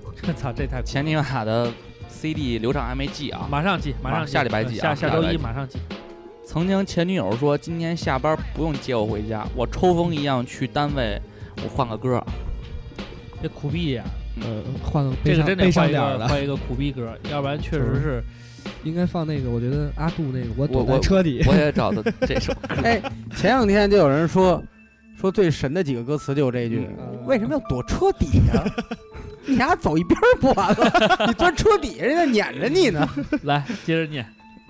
S4: 我 操，这太
S5: 钱尼玛的 CD 流畅还没寄啊，
S4: 马上寄，马上寄
S5: 下礼拜寄啊
S4: 下下
S5: 下礼
S4: 周
S5: 拜
S4: 一
S5: 寄
S4: 马上寄
S5: 曾经前女友说今天下班不用接我回家，我抽风一样去单位，我换个歌儿。
S4: 这苦逼呀，
S6: 呃，换个
S4: 嗯这
S6: 悲
S4: 个
S6: 伤悲
S4: 真得换
S6: 伤
S4: 一
S6: 点儿
S4: 个
S6: 的，
S4: 换一个苦逼歌，要不然确实
S5: 嗯
S4: 是
S6: 应该放那个，我觉得阿杜那个，我躲
S5: 我
S6: 在车底，
S5: 我也找的这首，
S3: 哎，前两天就有人说，说最神的几个歌词就有这句，
S6: 嗯
S3: 为什么要躲车底 下？你俩走一边儿不完 了？你钻车底下，人家撵着你呢。
S4: 来接着念，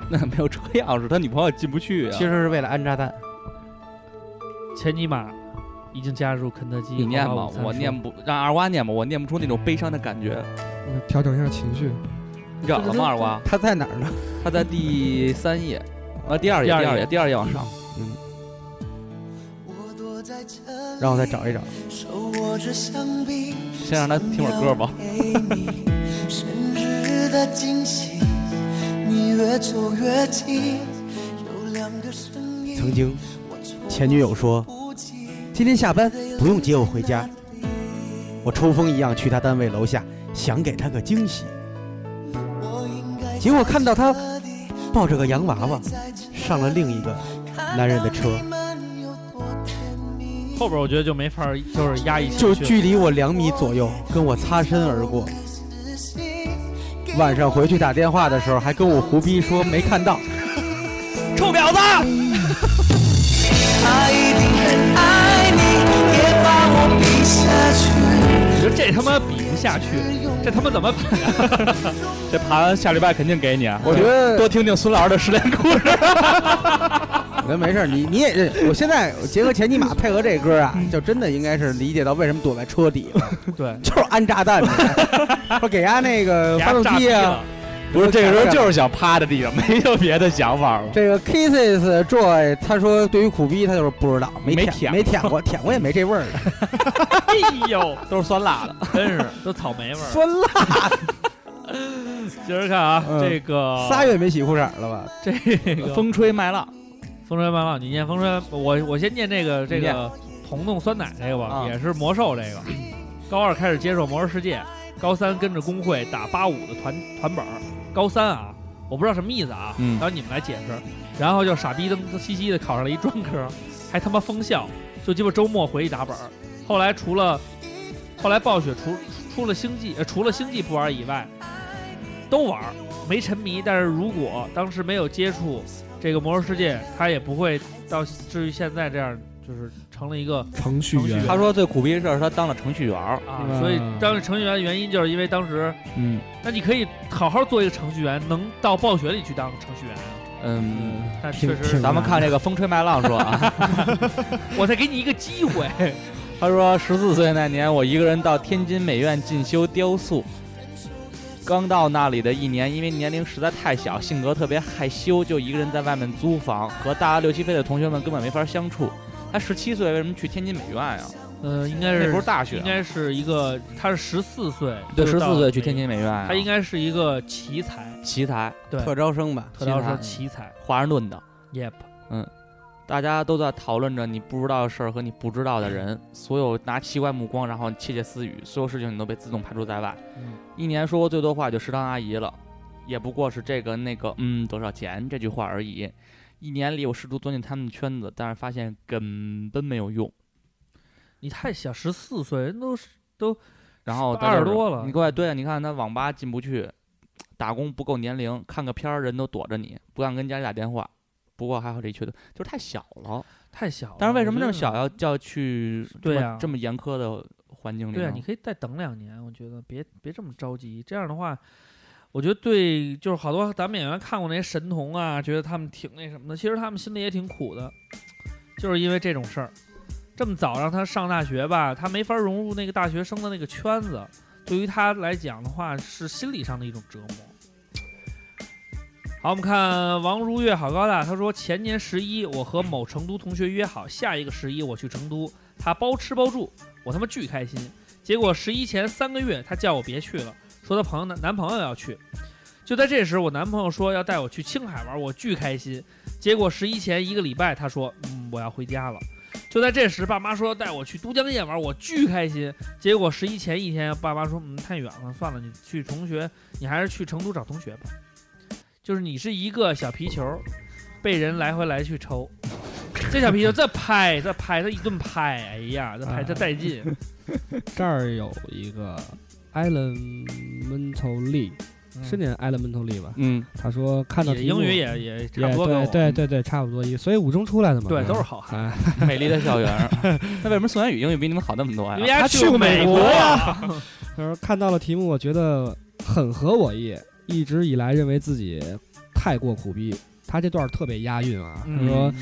S5: 那没有车钥匙，他女朋友进不去啊
S3: 其。实是为了安炸弹。
S4: 前尼玛已经加入肯德基，
S5: 你念
S4: 豪华
S5: 吧
S4: 午，餐
S5: 我
S4: 说
S5: 念不让二瓜念吧，我念不出那种悲伤的感觉。
S6: 嗯调整一下情绪。
S5: 你找了吗，二瓜？
S3: 他在哪儿呢？
S5: 他在第三页，啊，第二页，
S4: 第
S5: 第
S4: 二页
S5: 二页，第二页往上。
S7: 我躲在
S3: 让我再找一找。
S5: 先让他听会儿歌吧。
S7: 生日的惊喜，你越走越近，有两个声音。
S3: 曾经，前女友说
S7: 不及
S3: 今天下班不用接我回家，我抽风一样去她单位楼下，想给她个惊喜。
S7: 我应该
S3: 结果看到她
S7: 彻底
S3: 抱着个洋娃娃
S7: 在这
S3: 上了另一个男人的车，
S7: 慢有多甜蜜。
S4: 后边我觉得就没法儿，就是压抑情绪
S3: 就
S4: 了。
S3: 距离我两米左右，跟我擦身而过。
S7: 自信
S3: 晚上回去打电话的时候，还跟我胡逼说没看到。
S4: 臭婊子！
S7: 他一定很爱你，也把我比下去。
S4: 你说这他妈比不下去，这他妈怎么比？
S5: 这盘下礼拜肯定给你啊，
S3: 我觉得
S5: 多听听孙老师的失恋故事。
S3: 我觉得没事儿，你你也认。我现在结合前尼玛配合这歌啊，就真的应该是理解到为什么躲在车底 了，
S4: 对，
S3: 就是安炸 弹，说给伢那个发动
S4: 炸
S3: 机啊，
S4: 了，
S5: 不是， 这个时候就是想趴在地上，没有别的想法了。
S3: 这个 Kisses Joy，他说对于苦逼他就是不知道，没
S5: 没
S3: 舔
S5: 舔
S3: 没舔过，舔过也没这味 儿，
S4: 哎呦，
S5: 都是酸辣的，
S4: 真是都草莓味儿。
S3: 酸辣。
S4: 接着看啊，
S3: 嗯
S4: 这个
S3: 仨月没洗裤衩了吧？
S4: 这个
S5: 风吹麦浪
S4: 风吹麦浪，你念风吹，我我先念这个这
S5: 你念
S4: 个彤彤酸奶这个吧，
S5: 啊
S4: 也是魔兽这个。高二开始接受魔兽世界，高三跟着工会打八五的团团本儿。高三啊，我不知道什么意思啊，
S5: 嗯
S4: 然后你们来解释。然后就傻逼登兮兮的考上了一专科，还他妈封校，就鸡巴周末回去打本儿。后来除了后来暴雪除除了星际、呃，除了星际不玩以外，都玩儿，没沉迷。但是如果当时没有接触这个魔兽世界，他也不会到至于现在这样，就是成了一个
S6: 程序员
S4: 程序，
S5: 他说最苦逼的事儿，他当了程序员儿。
S4: 啊。
S6: 嗯
S4: 所以当时程序员的原因就是因为当时，
S5: 嗯
S4: 那你可以好好做一个程序员，能到暴雪里去当程序员啊。
S5: 嗯，
S4: 但确
S6: 挺挺
S4: 实，
S5: 咱们看这个风吹麦浪说 啊，
S4: 我再给你一个机会，
S5: 他说十四岁那年，我一个人到天津美院进修雕塑。刚到那里的一年，因为年龄实在太小，性格特别害羞，就一个人在外面租房，和大家六七岁的同学们根本没法相处。他十七岁为什么去天津美院呀、
S4: 呃，应该
S5: 那
S4: 是
S5: 不是大学
S4: 应
S5: 啊、
S4: 该是一个，他是十四岁，
S5: 对，
S4: 就
S5: 十
S4: 是到
S5: 四岁去天津美院啊、
S4: 他应该是一个奇才，
S5: 奇才，
S4: 对，
S3: 特招生吧？
S4: 特招生
S5: 奇嗯
S4: 奇才
S5: 华盛顿的，
S4: ，Yep，
S5: 大家都在讨论着你不知道的事儿和你不知道的人，
S4: 嗯
S5: 所有拿奇怪目光，然后窃窃私语，所有事情你都被自动排除在外。
S4: 嗯
S5: 一年说过最多话就食堂阿姨了，也不过是这个那个嗯多少钱这句话而已。一年里，我试图钻进他们的圈子，但是发现根本没有用。
S4: 你太小，十四岁，人都是
S5: 然后
S4: 八十
S5: 他就
S4: 多了
S5: 你过来对啊，你看他网吧进不去，打工不够年龄，看个片儿人都躲着你，不敢跟家里打电话。不过还好这一缺点就是太小了。
S4: 太小了。
S5: 但是为什
S4: 我觉
S5: 么
S4: 得
S5: 那么小要要去这
S4: 对
S5: 么
S4: 呀
S5: 这么严苛的环境里呢？
S4: 对啊，你可以再等两年，我觉得别别这么着急。这样的话，我觉得对，就是好多咱们演员看过那些神童啊，觉得他们挺那什么的，其实他们心里也挺苦的，就是因为这种事儿。这么早让他上大学吧，他没法融入那个大学生的那个圈子，对于他来讲的话，是心理上的一种折磨。好，我们看王如月好高大，他说前年十一，我和某成都同学约好，下一个十一我去成都，他包吃包住，我他妈巨开心。结果十一前三个月，他叫我别去了，说他朋友男男朋友要去。就在这时，我男朋友说要带我去青海玩，我巨开心。结果十一前一个礼拜，他说嗯我要回家了。就在这时，爸妈说要带我去都江堰玩，我巨开心。结果十一前一天，爸妈说嗯太远了，算了，你去同学，你还是去成都找同学吧。就是你是一个小皮球，被人来回来去抽。这小皮球这拍这拍，这一顿拍，哎呀，这拍这带劲。嗯
S6: 这儿有一个 elementally，是念 elementally 吧？
S5: 嗯，
S6: 他说看到
S4: 你的
S6: 题目
S4: 英语嗯也也差
S6: 也
S4: 不多跟我
S6: 对对对对，差不多意思，所以五中出来的嘛，
S4: 对都是好汉。
S6: 哎，
S5: 美丽的校园儿。那为什么宋元宇英语比你们好那么多呀、
S4: 人家
S6: 嗯他去
S4: 过
S6: 过美
S4: 国
S6: 国
S4: 呀，
S6: 他说看到了题目，我觉得很合我意，一直以来认为自己太过苦逼。他这段儿特别押韵啊，他
S4: 嗯
S6: 说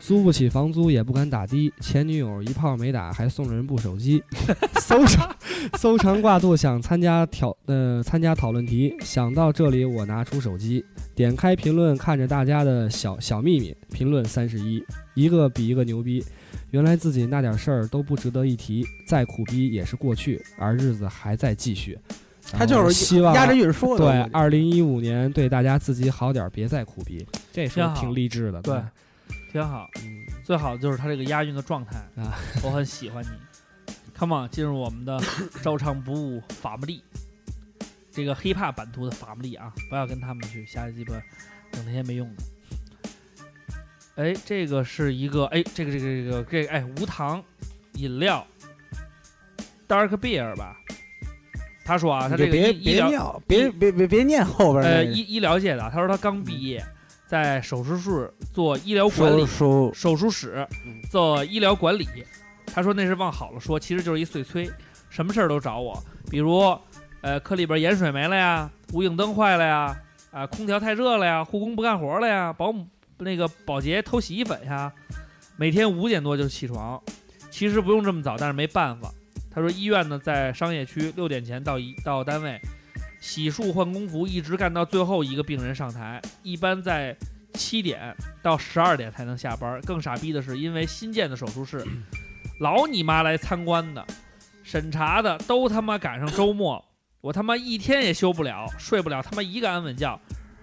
S6: 租不起房租也不敢打的，前女友一炮没打，还送了人部手机， 搜肠搜肠挂肚想参加挑呃参加讨论题，想到这里我拿出手机，点开评论看着大家的小小秘密，评论三十一，一个比一个牛逼。原来自己那点事儿都不值得一提，再苦逼也是过去，而日子还在继续。
S3: 他
S6: 然
S3: 就
S6: 后
S3: 是
S6: 希望
S3: 压着韵说的。
S6: 对
S3: 我，觉得
S6: 二零一五年对大家自己好点，儿，别再苦逼，这是
S4: 挺好
S6: 挺励志的。
S4: 对，挺好。
S6: 嗯
S4: 最好就是他这个押韵的状态
S6: 啊，
S4: 我很喜欢你。Come on，进入我们 的照唱不误法布利，这个 hiphop 版图的法布利啊，不要跟他们去瞎鸡巴整那些没用的。哎，这个是一个哎，这个这个这个这个哎，无糖饮料，dark beer 吧？他说啊，
S3: 你
S4: 他这
S3: 就
S4: 个
S3: 别
S4: 医医
S3: 别
S4: 疗
S3: 念，别别别别念后边
S4: 呃
S3: 儿那嗯
S4: 医医疗界的啊，他说他刚毕业，在手术室做医疗管理
S3: 个，收收
S4: 手术室做医疗管理。他说那是往好了说，其实就是一碎催，什么事儿都找我，比如呃科里边盐水没了呀，无影灯坏了呀，啊、空调太热了呀，护工不干活了呀，保姆那个保洁偷洗衣粉呀，每天五点多就起床，其实不用这么早，但是没办法。他说医院呢在商业区，六点前到一到单位，洗漱换工服，一直干到最后一个病人上台，一般在七点到十二点才能下班。更傻逼的是，因为新建的手术室，老你妈来参观的、审查的都他妈赶上周末，我他妈一天也休不了，睡不了他妈一个安稳觉，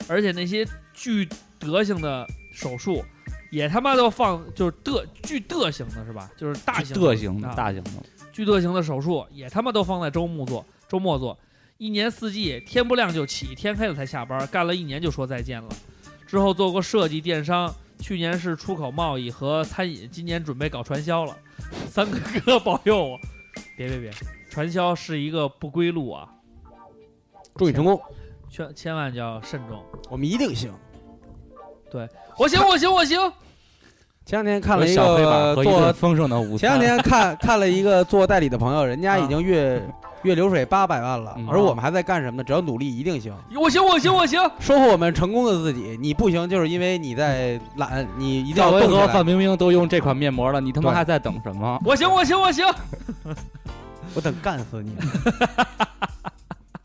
S4: 而且那些巨德性的手术。也他妈都放就是德巨德型的是吧？就是大型的
S5: 这型的
S4: 啊
S5: 大型的，
S4: 巨特型的手术也他妈都放在周末做，周末做，一年四季天不亮就起，天黑了才下班，干了一年就说再见了。之后做过设计、电商，去年是出口贸易和餐饮，今年准备搞传销了。三哥哥保佑我！别别别，传销是一个不归路啊，
S1: 祝你成功，
S4: 千千万就要慎重。
S3: 我们一定行。
S4: 我行我行我行，
S3: 前两天看
S5: 有
S3: 了一
S5: 小黑板
S3: 个
S5: 和一
S3: 做
S5: 顿丰盛的午
S3: 前两
S5: 餐。
S3: 天看看了一个做代理的朋友，人家已经月月流水八百万了
S5: 嗯，
S3: 而我们还在干什么呢？只要努力，一定行。
S4: 我行我行我行。
S3: 收获我们成功的自己，你不行就是因为你在懒，你一定
S5: 赵
S3: 要
S5: 薇
S3: 动起
S5: 和
S3: 来
S5: 范。冰冰都用这款面膜了，你他妈
S3: 对
S5: 还在等什么？
S4: 我行我行我行，
S3: 我等干死你！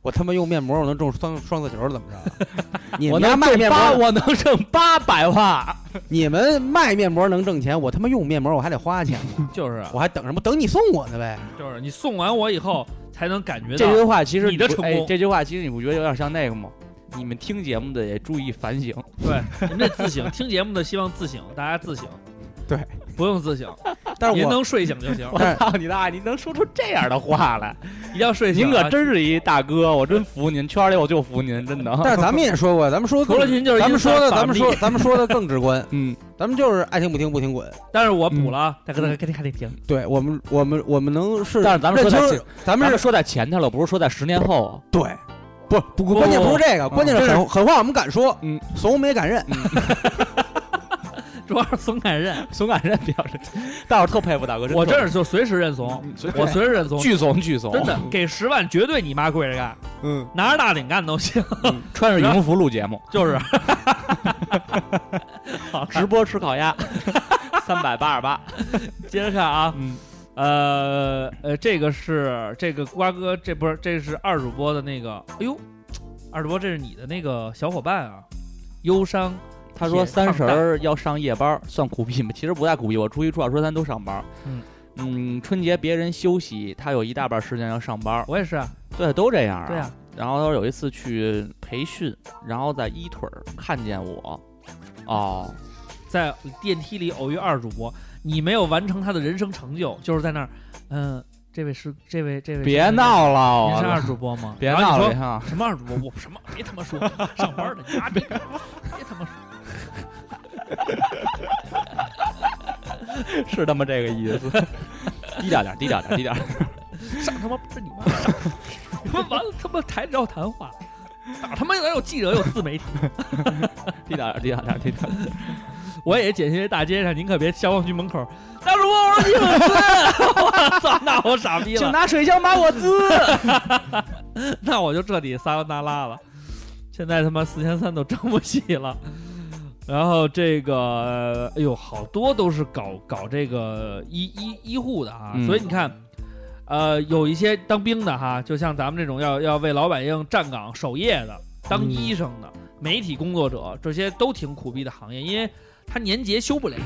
S3: 我他妈用面膜，我能中双双色球了，怎么着？啊你
S5: 我
S3: 们家
S5: 能
S3: 卖
S5: 挣
S3: 面
S5: 八，
S3: 膜，
S5: 我能挣八百 万。
S3: 你们卖面膜能挣钱，我他妈用面膜我还得花钱，
S4: 就是啊
S3: 我还等什么？等你送我呢呗！
S4: 就是，你送完我以后才能感觉
S5: 这
S4: 到
S5: 句话其实
S4: 你的
S5: 不
S4: 成
S5: 哎
S4: 功
S5: 这句话其实你不觉得有点像那个吗？你们听节目的也注意反省。
S4: 对，你们得自省。听节目的希望自省，大家自省。
S3: 对，
S4: 不用自省，
S3: 但是
S4: 您
S3: 我
S4: 能睡醒就行，
S3: 但
S5: 操你大爷！你能说出这样的话来，
S4: 一定要睡醒、
S5: 您
S4: 啊。
S5: 可真是一大哥，我真服您，圈里我就服您，真的。
S3: 但是咱们也说过，咱们说
S4: 除了您就是
S3: 咱们说的，咱们
S4: 一个
S3: 说咱们说的更直观，
S5: 嗯，
S3: 咱们就是爱听不听不听滚。
S4: 但是我补了啊，大哥大哥，肯定还得听。
S3: 对我们我们我们能是，
S5: 但是咱们
S3: 认
S5: 说在
S3: 清
S5: 前，
S3: 咱
S5: 咱
S3: 们
S5: 们
S3: 是
S5: 是说在前头了，不是说在十年后啊。
S3: 对，不不
S4: 不
S3: 关键不
S4: 不
S3: 是这个，关键是狠狠话我们敢说，
S5: 嗯，
S3: 怂没敢认。
S4: 主要是怂敢认，
S5: 怂感人表 示，大伙儿特佩服大哥，
S4: 我
S5: 真
S4: 这就随时认怂，
S5: 是
S4: 我随时认怂，
S5: 嗯巨怂巨怂，
S4: 真的给十万绝对你妈跪着干，
S3: 嗯，
S4: 拿着大顶干都行。
S5: 穿着羽绒服录节目，
S4: 就是
S5: 直播吃烤 鸭，三百八十八。
S4: 接着看啊，
S5: 嗯，
S4: 呃呃，这个是这个瓜哥，这不是这是二主播的那个，哎呦，二主播这是你的那个小伙伴啊，忧伤
S5: 他说
S4: 铁胖
S5: 三十儿要上夜班儿，算苦逼吗？其实不太苦逼，我初一、初二、初三都上班儿。
S4: 嗯
S5: 嗯春节别人休息，他有一大半时间要上班儿。
S4: 我也是啊，
S5: 对，都这样啊。
S4: 对啊，
S5: 然后他说有一次去培训，然后在一腿儿看见我，哦，
S4: 在电梯里偶遇二主播，你没有完成他的人生成就，就是在那儿，嗯、这位是这位这位，
S5: 别，闹了，
S4: 您是
S5: 我
S4: 二主播吗？
S5: 别
S4: 然后
S5: 闹
S4: 你
S5: 了，
S4: 说什
S5: 别闹了
S4: 么二主播？我什么？别他妈说，上班的，你妈逼， 别他妈说，
S5: 是他妈这个意思。 低调点，低调点，低调点。
S4: 上他妈不是你妈，上他妈完了他妈台绕谈话，哪他妈有有记者有自媒体？
S5: 低调点，低调点，低调点。
S4: 我也捡些大街上，您可别消防局门口，大主播我是你粉丝， 我操，那我傻逼了，
S5: 拿水枪把我滋。
S4: 那我就彻底撒拉那拉了。现在他妈四千三都挣不起了，然后这个，哎呦，好多都是搞搞这个医医医护的哈，
S5: 嗯
S4: 所以你看，呃，有一些当兵的哈，就像咱们这种要要为老百姓站岗守夜的，当医生的、媒体工作者，这些都挺苦逼的行业，因为他年节休不了，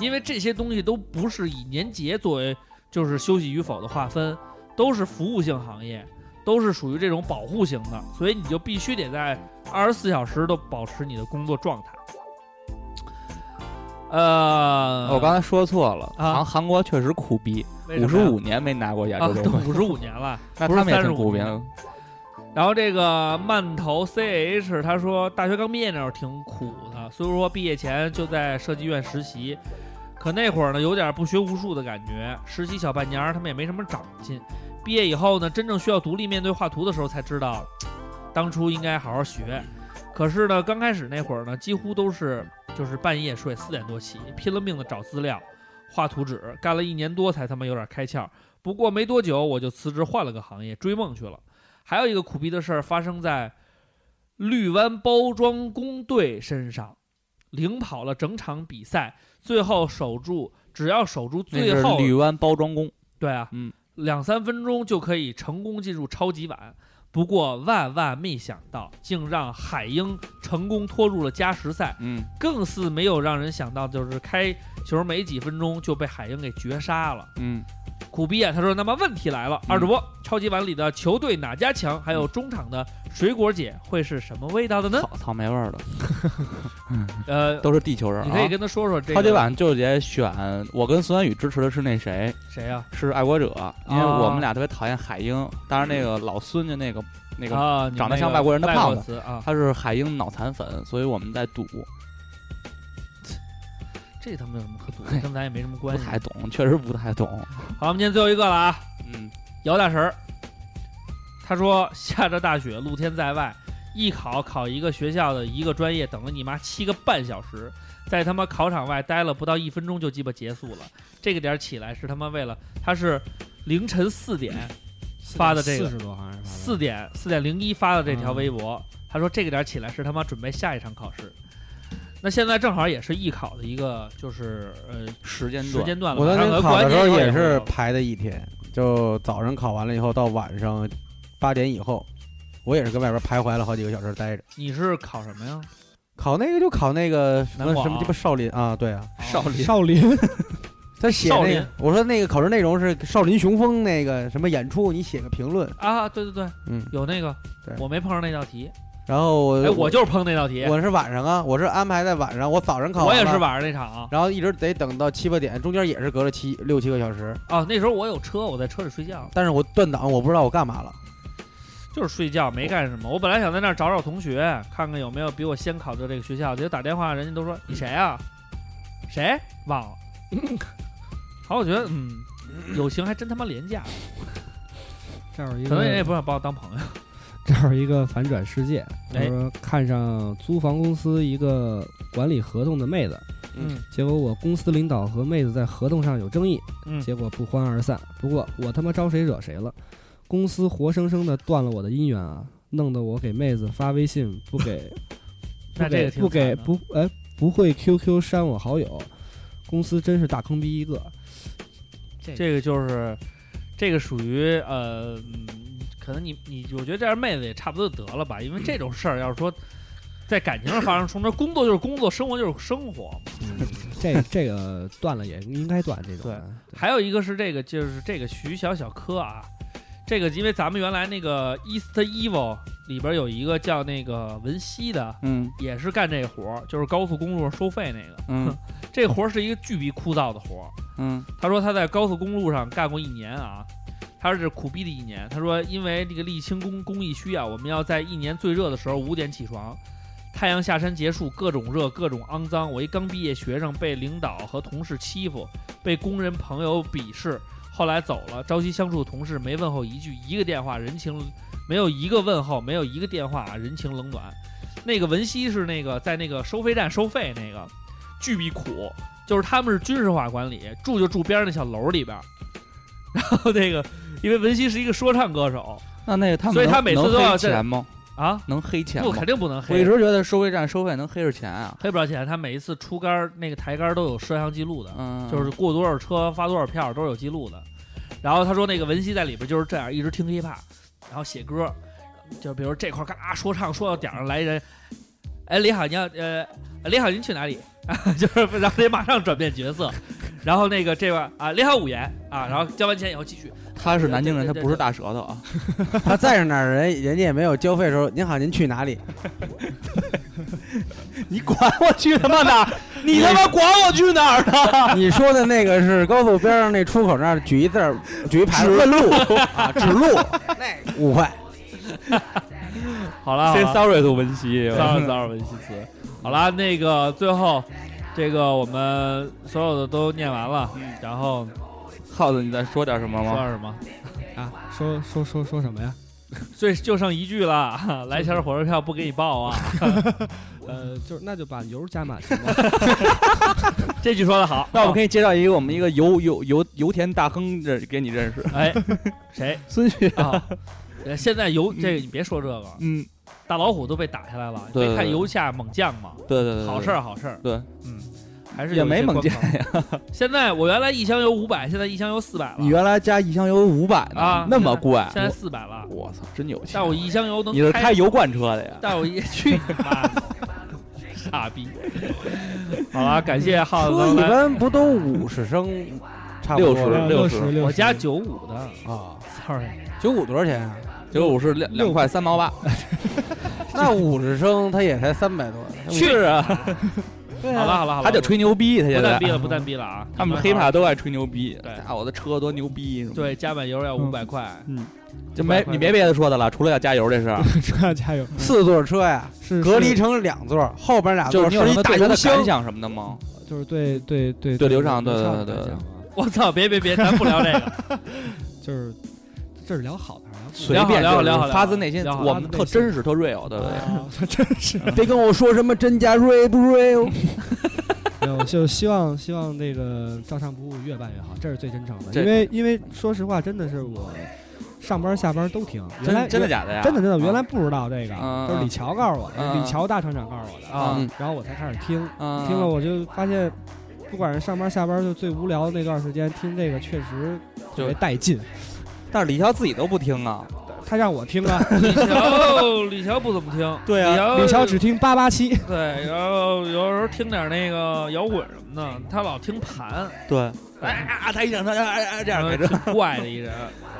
S4: 因为这些东西都不是以年节作为就是休息与否的划分，都是服务性行业，都是属于这种保护型的，所以你就必须得在二十四小时都保持你的工作状态。呃，
S5: 我哦刚才说错了，
S4: 啊
S5: 韩韩国确实苦逼，
S4: 为什
S5: 五
S4: 么
S5: 十
S4: 呀
S5: 五年没拿过亚
S4: 啊，
S5: 洲
S4: 都
S5: 杯，
S4: 五十五年了，
S5: 那
S4: 不是
S5: 他们也挺
S4: 35
S5: 苦逼
S4: 年
S5: 的。
S4: 然后这个曼头 CH 他说，大学刚毕业那会儿挺苦的，所以说毕业前就在设计院实习。可那会儿呢，有点不学无术的感觉，实习小半年儿他们也没什么长进。毕业以后呢，真正需要独立面对画图的时候，才知道当初应该好好学。
S5: 嗯
S4: 可是呢，刚开始那会儿呢，几乎都是就是半夜睡，四点多起，拼了命的找资料、画图纸，干了一年多才他妈有点开窍。不过没多久我就辞职换了个行业，追梦去了。还有一个苦逼的事儿发生在绿湾包装工队身上，领跑了整场比赛，最后守住，只要守住
S5: 那
S4: 最
S5: 是
S4: 后
S5: 绿湾包装工，
S4: 对啊，
S5: 嗯，
S4: 两三分钟就可以成功进入超级碗。不过万万没想到，竟让海鹰成功拖入了加时赛，
S5: 嗯，
S4: 更似没有让人想到，就是开球没几分钟就被海鹰给绝杀了。
S5: 嗯，
S4: 苦逼啊！他说：“那么问题来了，
S5: 嗯
S4: 二主播，超级碗里的球队哪家强？还有中场的水果姐会是什么味道的呢
S5: 草草莓味儿的，？”
S4: 呃，
S5: 都是地球人
S4: 你可以
S5: 啊。
S4: 跟他说说这个
S5: 超级碗就得选，我跟孙元宇支持的是那谁，
S4: 谁啊呀？
S5: 是爱国者，因
S4: 啊
S5: 为我们俩特别讨厌海鹰。当然，那个老孙家那个那个，
S4: 啊，你
S5: 长得
S4: 那
S5: 像
S4: 个
S5: 外国人的
S4: 外
S5: 胖
S4: 国
S5: 子
S4: 词啊，
S5: 他是海鹰脑残粉，所以我们在赌。
S4: 这他妈有什么可赌的？
S5: 嘿
S4: 跟咱也没什么
S5: 不
S4: 关系。
S5: 太懂， 确实不太懂。
S4: 好，我们今天最后一个了啊。
S5: 嗯，
S4: 姚大神儿，他说下着大雪，露天在外，艺考考一个学校的一个专业，等了你妈七个半小时，在他妈考场外待了不到一分钟就鸡巴结束了。这个点儿起来是他妈为了他是凌晨四点发的这个
S6: 四十多好像是发的
S4: 四点四点零一发的这
S3: 嗯
S4: 条微博，他说这个点儿起来是他妈准备下一场考试。那现在正好也是艺考的一个就是呃
S5: 时间
S4: 时
S5: 段
S4: 间段了，
S3: 我当
S4: 马上
S3: 年
S4: 和
S3: 考的时候
S4: 过完年以
S3: 也
S4: 后
S3: 是
S4: 有
S3: 排的一天，就早上考完了以后到晚上八点以后，我也是跟外边徘徊了好几个小时待着。
S4: 你是考什么呀？
S3: 考那个就考那个什么
S4: 南广
S3: 什么鸡巴少林啊，对啊，
S5: 少林
S6: 少林，
S3: 他写
S4: 少
S3: 那
S4: 林
S3: 个，我说那个考试内容是少林雄风那个什么演出，你写个评论，
S4: 啊，对对对，
S3: 嗯，
S4: 有那个
S3: 对，
S4: 我没碰上那道题。
S3: 然后我
S4: 哎，我就是碰那道题，
S3: 我是晚上啊，我是安排在晚上，我早上考
S4: 我
S3: 完
S4: 也是
S3: 了，
S4: 晚上那场
S3: 然后一直得等到七八点，中间也是隔了七六七个小时，
S4: 啊。那时候我有车，我在车里睡觉，
S3: 但是我断档，我不知道我干嘛了。
S4: 就是睡觉没干什么。我本来想在那儿找找同学，看看有没有比我先考到这个学校，结果打电话，人家都说你谁啊？谁忘了？好，我觉得嗯，友情还真他妈廉价，
S6: 这儿有一
S4: 可能人家也
S6: 个
S4: 不想把我当朋友。
S3: 嗯
S6: 这儿有一个反转世界，就
S4: 哎
S6: 是说看上租房公司一个管理合同的妹子，
S4: 嗯，
S6: 结果我公司领导和妹子在合同上有争议，
S4: 嗯
S6: 结果不欢而散。不过我他妈招谁惹谁了？公司活生生的断了我的姻缘啊，弄得我给妹子发微信不给，
S4: 那
S6: 不
S4: 这
S6: 给
S4: 个挺
S6: 不给
S4: 惨的
S6: 不哎不会 QQ 删我好友，公司真是大坑逼一个。
S4: 这个就是，这个属于呃，嗯可能你你，我觉得这样妹子也差不多就得了吧，因为这种事儿要是说在感情上发生冲突，工作就是工作，生活就是生活嘛。
S6: 这这个断了也应该断这种
S4: 对
S6: 的。
S4: 还有一个是这个，就是这个徐小小柯啊，这个因为咱们原来那个 East Evil 里边有一个叫那个文熙的，
S5: 嗯
S4: 也是干这活儿，就是高速公路上收费那个，
S5: 嗯
S4: 这活儿是一个巨逼枯燥的活儿。
S5: 嗯
S4: 他说他在高速公路上干过一年啊，他是苦逼的一年。他说因为这个沥青工工艺需要，我们要在一年最热的时候五点起床，太阳下山结束，各种热，各种肮脏。我一刚毕业学生被领导和同事欺负，被工人朋友鄙视，后来走了。朝夕相处的同事没问候一句，一个电话人情没有一个问候，没有一个电话啊人情冷暖。那个文熙是那个在那个收费站收费那个，巨逼苦，就是他们是军事化管理，住就住边上那小楼里边儿。然后那个，因为文熙是一个说唱歌手
S5: 那那个他们
S4: 所以
S5: 能
S4: 他每次
S5: 能
S4: 都要
S5: 黑
S4: 在
S5: 钱吗？
S4: 啊，
S5: 能黑钱
S4: 不
S5: 吗
S4: 肯？定不能
S5: 我一
S4: 黑
S5: 直。觉得收费站收费能黑着钱啊。
S4: 黑不着钱，他每一次出杆儿那个抬杆儿都有摄像记录的，
S5: 嗯，
S4: 就是过多少车发多少票都是有记录的。然后他说那个文熙在里边就是这样，一直听 hiphop，然后写歌，就比如这块儿嘎说唱说到点儿上来一人，哎李好你要呃李好您去哪里？ 就是然后得马上转变角色，然后那个这边啊李好五言啊，然后交完钱以后继续，
S5: 他是南京人，
S4: 对
S5: 他
S4: 对对
S5: 不是大舌头啊。
S3: 他在上那儿人，人家也没有交费的时候，您好，您去哪 里？
S1: 你管我去他妈哪儿？你他妈管我去哪儿呢？
S3: 你说的那个是高速边上那出口那儿举一字儿，举一牌子问路啊，指路，那五块。
S4: 好了，好了
S1: sorry to 文熙
S4: 骚扰骚扰文西词。好啦，那个最后这个我们所有的都念完了，然后
S5: 耗子，你再说点什么
S4: 说
S5: 吗？
S4: 点什么？
S6: 啊，说说说说什么呀？
S4: 最就剩一句了， 来钱火车票不给你报啊！
S6: 呃，就是那就把油加满行吗？
S4: 这句说的好，
S5: 那我可以介绍一个我们一个油油油油田大亨认给你认识，
S4: 哎，谁
S5: 孙旭。
S4: 啊？呃现在油这个你别说这个，
S5: 嗯，
S4: 大老虎都被打下来了，
S5: 对
S4: 没看
S5: 对对
S4: 油下猛将吗？
S5: 对对对，对
S4: 好事。儿，好事儿。
S5: 对，
S4: 嗯，还是
S5: 也
S4: 有一些
S5: 没猛
S4: 关
S5: 见
S4: 口。 现在我原来一箱油五百，现在一箱油四百
S5: 你
S4: 了，
S5: 原来加一箱油五百呢，
S4: 啊
S5: 那么贵。
S4: 现在四百了。
S5: 我我操，真有钱
S4: 但！我一箱油能
S5: 你是开油罐车的呀？
S4: 但我也 去你妈 的，傻逼！好了，感谢耗子
S3: 说啊一
S4: 能来，
S3: 般不都五十升，差不多
S5: 60
S3: 吗
S5: 六十
S6: 十六，
S4: 我加九五的
S3: 啊？
S4: ，sorry，
S3: 九五多少钱啊？
S5: 九五是两两块三毛八。
S3: 那五十升它也才三百多。
S4: 哎
S5: 是啊，
S3: 对
S4: 好了好了好了，
S5: 他就吹牛逼，他
S4: 不
S5: 现
S4: 蛋
S5: 在
S4: 逼了不蛋逼了啊！
S5: 他们
S4: 你
S5: 黑
S4: 好
S5: 怕都爱吹牛逼。
S4: 对
S5: 啊，我的车多牛逼！什么的，嗯
S4: 对加满油要五百块，
S5: 就没你别别的说的了，除了要加油这事儿，
S6: 加加油，
S3: 四座车呀，
S6: 是
S3: 隔离成两座，后边俩
S5: 就
S3: 座
S5: 是嗯你有
S3: 是
S5: 什
S3: 一
S5: 么
S3: 大
S5: 对他
S3: 油
S5: 的感
S3: 箱。
S5: 想什么的吗？
S6: 就是对对对
S5: 对刘
S6: 畅
S5: 畅对对
S6: 畅
S5: 对
S6: 来
S5: 对
S6: 讲啊
S4: 我操！别别别，咱不聊这 个，
S6: 就是这是聊好的还啊是聊不
S5: 随便，
S4: 聊好聊好
S5: 就是发自内心，
S4: 聊好
S5: 我们特真实，特 real，对不对？
S6: 好的？ 真是
S3: 别跟我说什么真假 real 不哦 real，
S6: 没有，就希望希望那个照常不误，越办越好，这是最真诚的。
S5: 这
S6: 因为因为说实话，真的是我上班下班都听，原来
S5: 真真的假的呀？
S6: 真的真的，
S5: 啊
S6: 原来不知道这个，
S5: 嗯
S6: 就是李乔告诉我的，
S5: 嗯
S6: 李乔大厂长告诉我的，
S4: 啊
S5: 嗯
S6: 然后我才开始听，
S5: 嗯
S6: 听了我就发现，不管是上班下班就最无聊的那段时间听这个，确实特别带劲。
S5: 但是李潇自己都不听啊，
S6: 他让我听啊，
S4: 李乔李乔不怎么听，
S5: 对啊
S4: 啊
S6: 李乔只听八八七，
S4: 对，然后有时候听点那个摇滚什么的，他老听盘，
S5: 对，哎啊，他一想他哎哎这样给
S4: 然
S5: 这
S4: 后。挺怪的一人。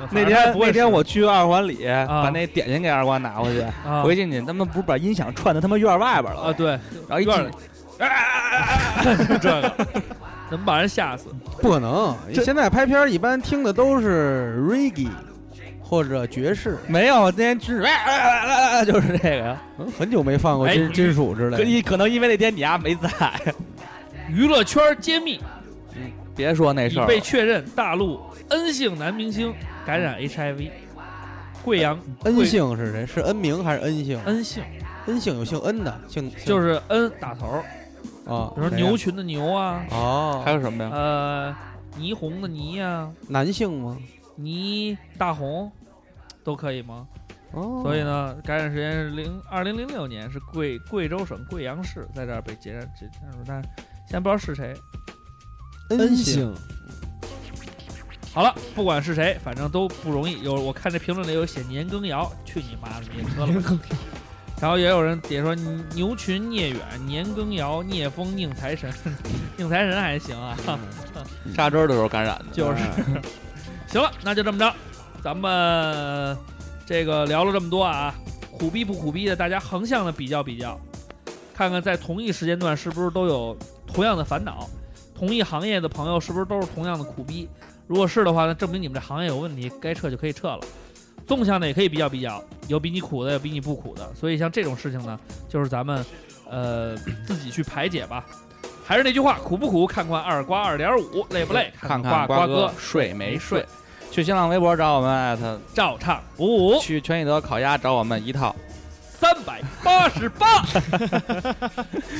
S5: 那
S4: 反正他
S5: 天
S4: 啊不会啊
S5: 那天
S4: 使
S5: 我去二环里把那点心给二瓜拿回去，
S4: 啊
S5: 回进去他们不是把音响串到他妈院外边
S4: 啊
S5: 了，
S4: 对，
S5: 然后一
S4: 院儿
S5: 进
S4: 里， 这个怎么把人吓死？
S3: 不可能。
S5: 这
S3: 现在拍片儿一般听的都是 reggae 或者爵士，
S5: 没有，那天去哎哎哎哎哎就是这个呀，
S3: 嗯很久没放过
S4: 哎
S3: 金
S4: 你
S3: 金属之类
S5: 可
S3: 的。
S5: 可能因为那天你丫没在，
S4: 娱乐圈揭秘，
S5: 别说那
S4: 已
S5: 事儿了，
S4: 被确认大陆 N 姓男明星感染 HIV，贵阳
S3: N 姓是谁？是 N 名还是 N 姓
S4: N 姓
S3: ？N 姓有姓 N 的，姓姓
S4: 就是 N 打头，
S3: 啊，
S4: 比如说
S3: 谁呀
S4: 牛群的牛啊，
S5: 还
S3: 哦，
S5: 有什么呀？
S4: 呃，霓虹的霓啊，
S3: 男性吗？
S4: 倪大红都可以吗？
S3: 哦，
S4: 所以呢，感染时间是零二零零六年，是贵贵州省贵阳市在这儿被截然截然出，但是现在不知道是谁。
S3: N 姓，
S4: 好了，不管是谁，反正都不容易。有我看这评论里有写年羹尧，去你妈的，你也喝了吧。然后也有人也说牛群、聂远、年羹尧、聂风、宁财神， 宁财神还行啊，
S5: 扎针儿的时候感染的，嗯
S4: 就是。行了，那就这么着，咱们这个聊了这么多啊，苦逼不苦逼的，大家横向的比较比较，看看在同一时间段是不是都有同样的烦恼，同一行业的朋友是不是都是同样的苦逼？如果是的话，那证明你们这行业有问题，该撤就可以撤了。纵向的也可以比较比较，有比你苦的，有比你不苦的。所以像这种事情呢，就是咱们呃自己去排解吧。还是那句话，苦不苦看看二瓜二点五，累不累
S5: 看
S4: 看
S5: 看
S4: 瓜
S5: 瓜
S4: 哥
S5: 哥睡没
S4: 没睡
S5: 睡，去新浪微博找我们艾特，
S4: 照唱不误。
S5: 去全聚德烤鸭找我们一套，
S4: 三百八十八。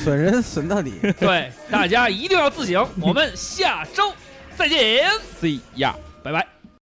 S3: 损人损到底。
S4: 对，大家一定要自省。我们下周再见，
S5: C 呀。
S4: 拜拜。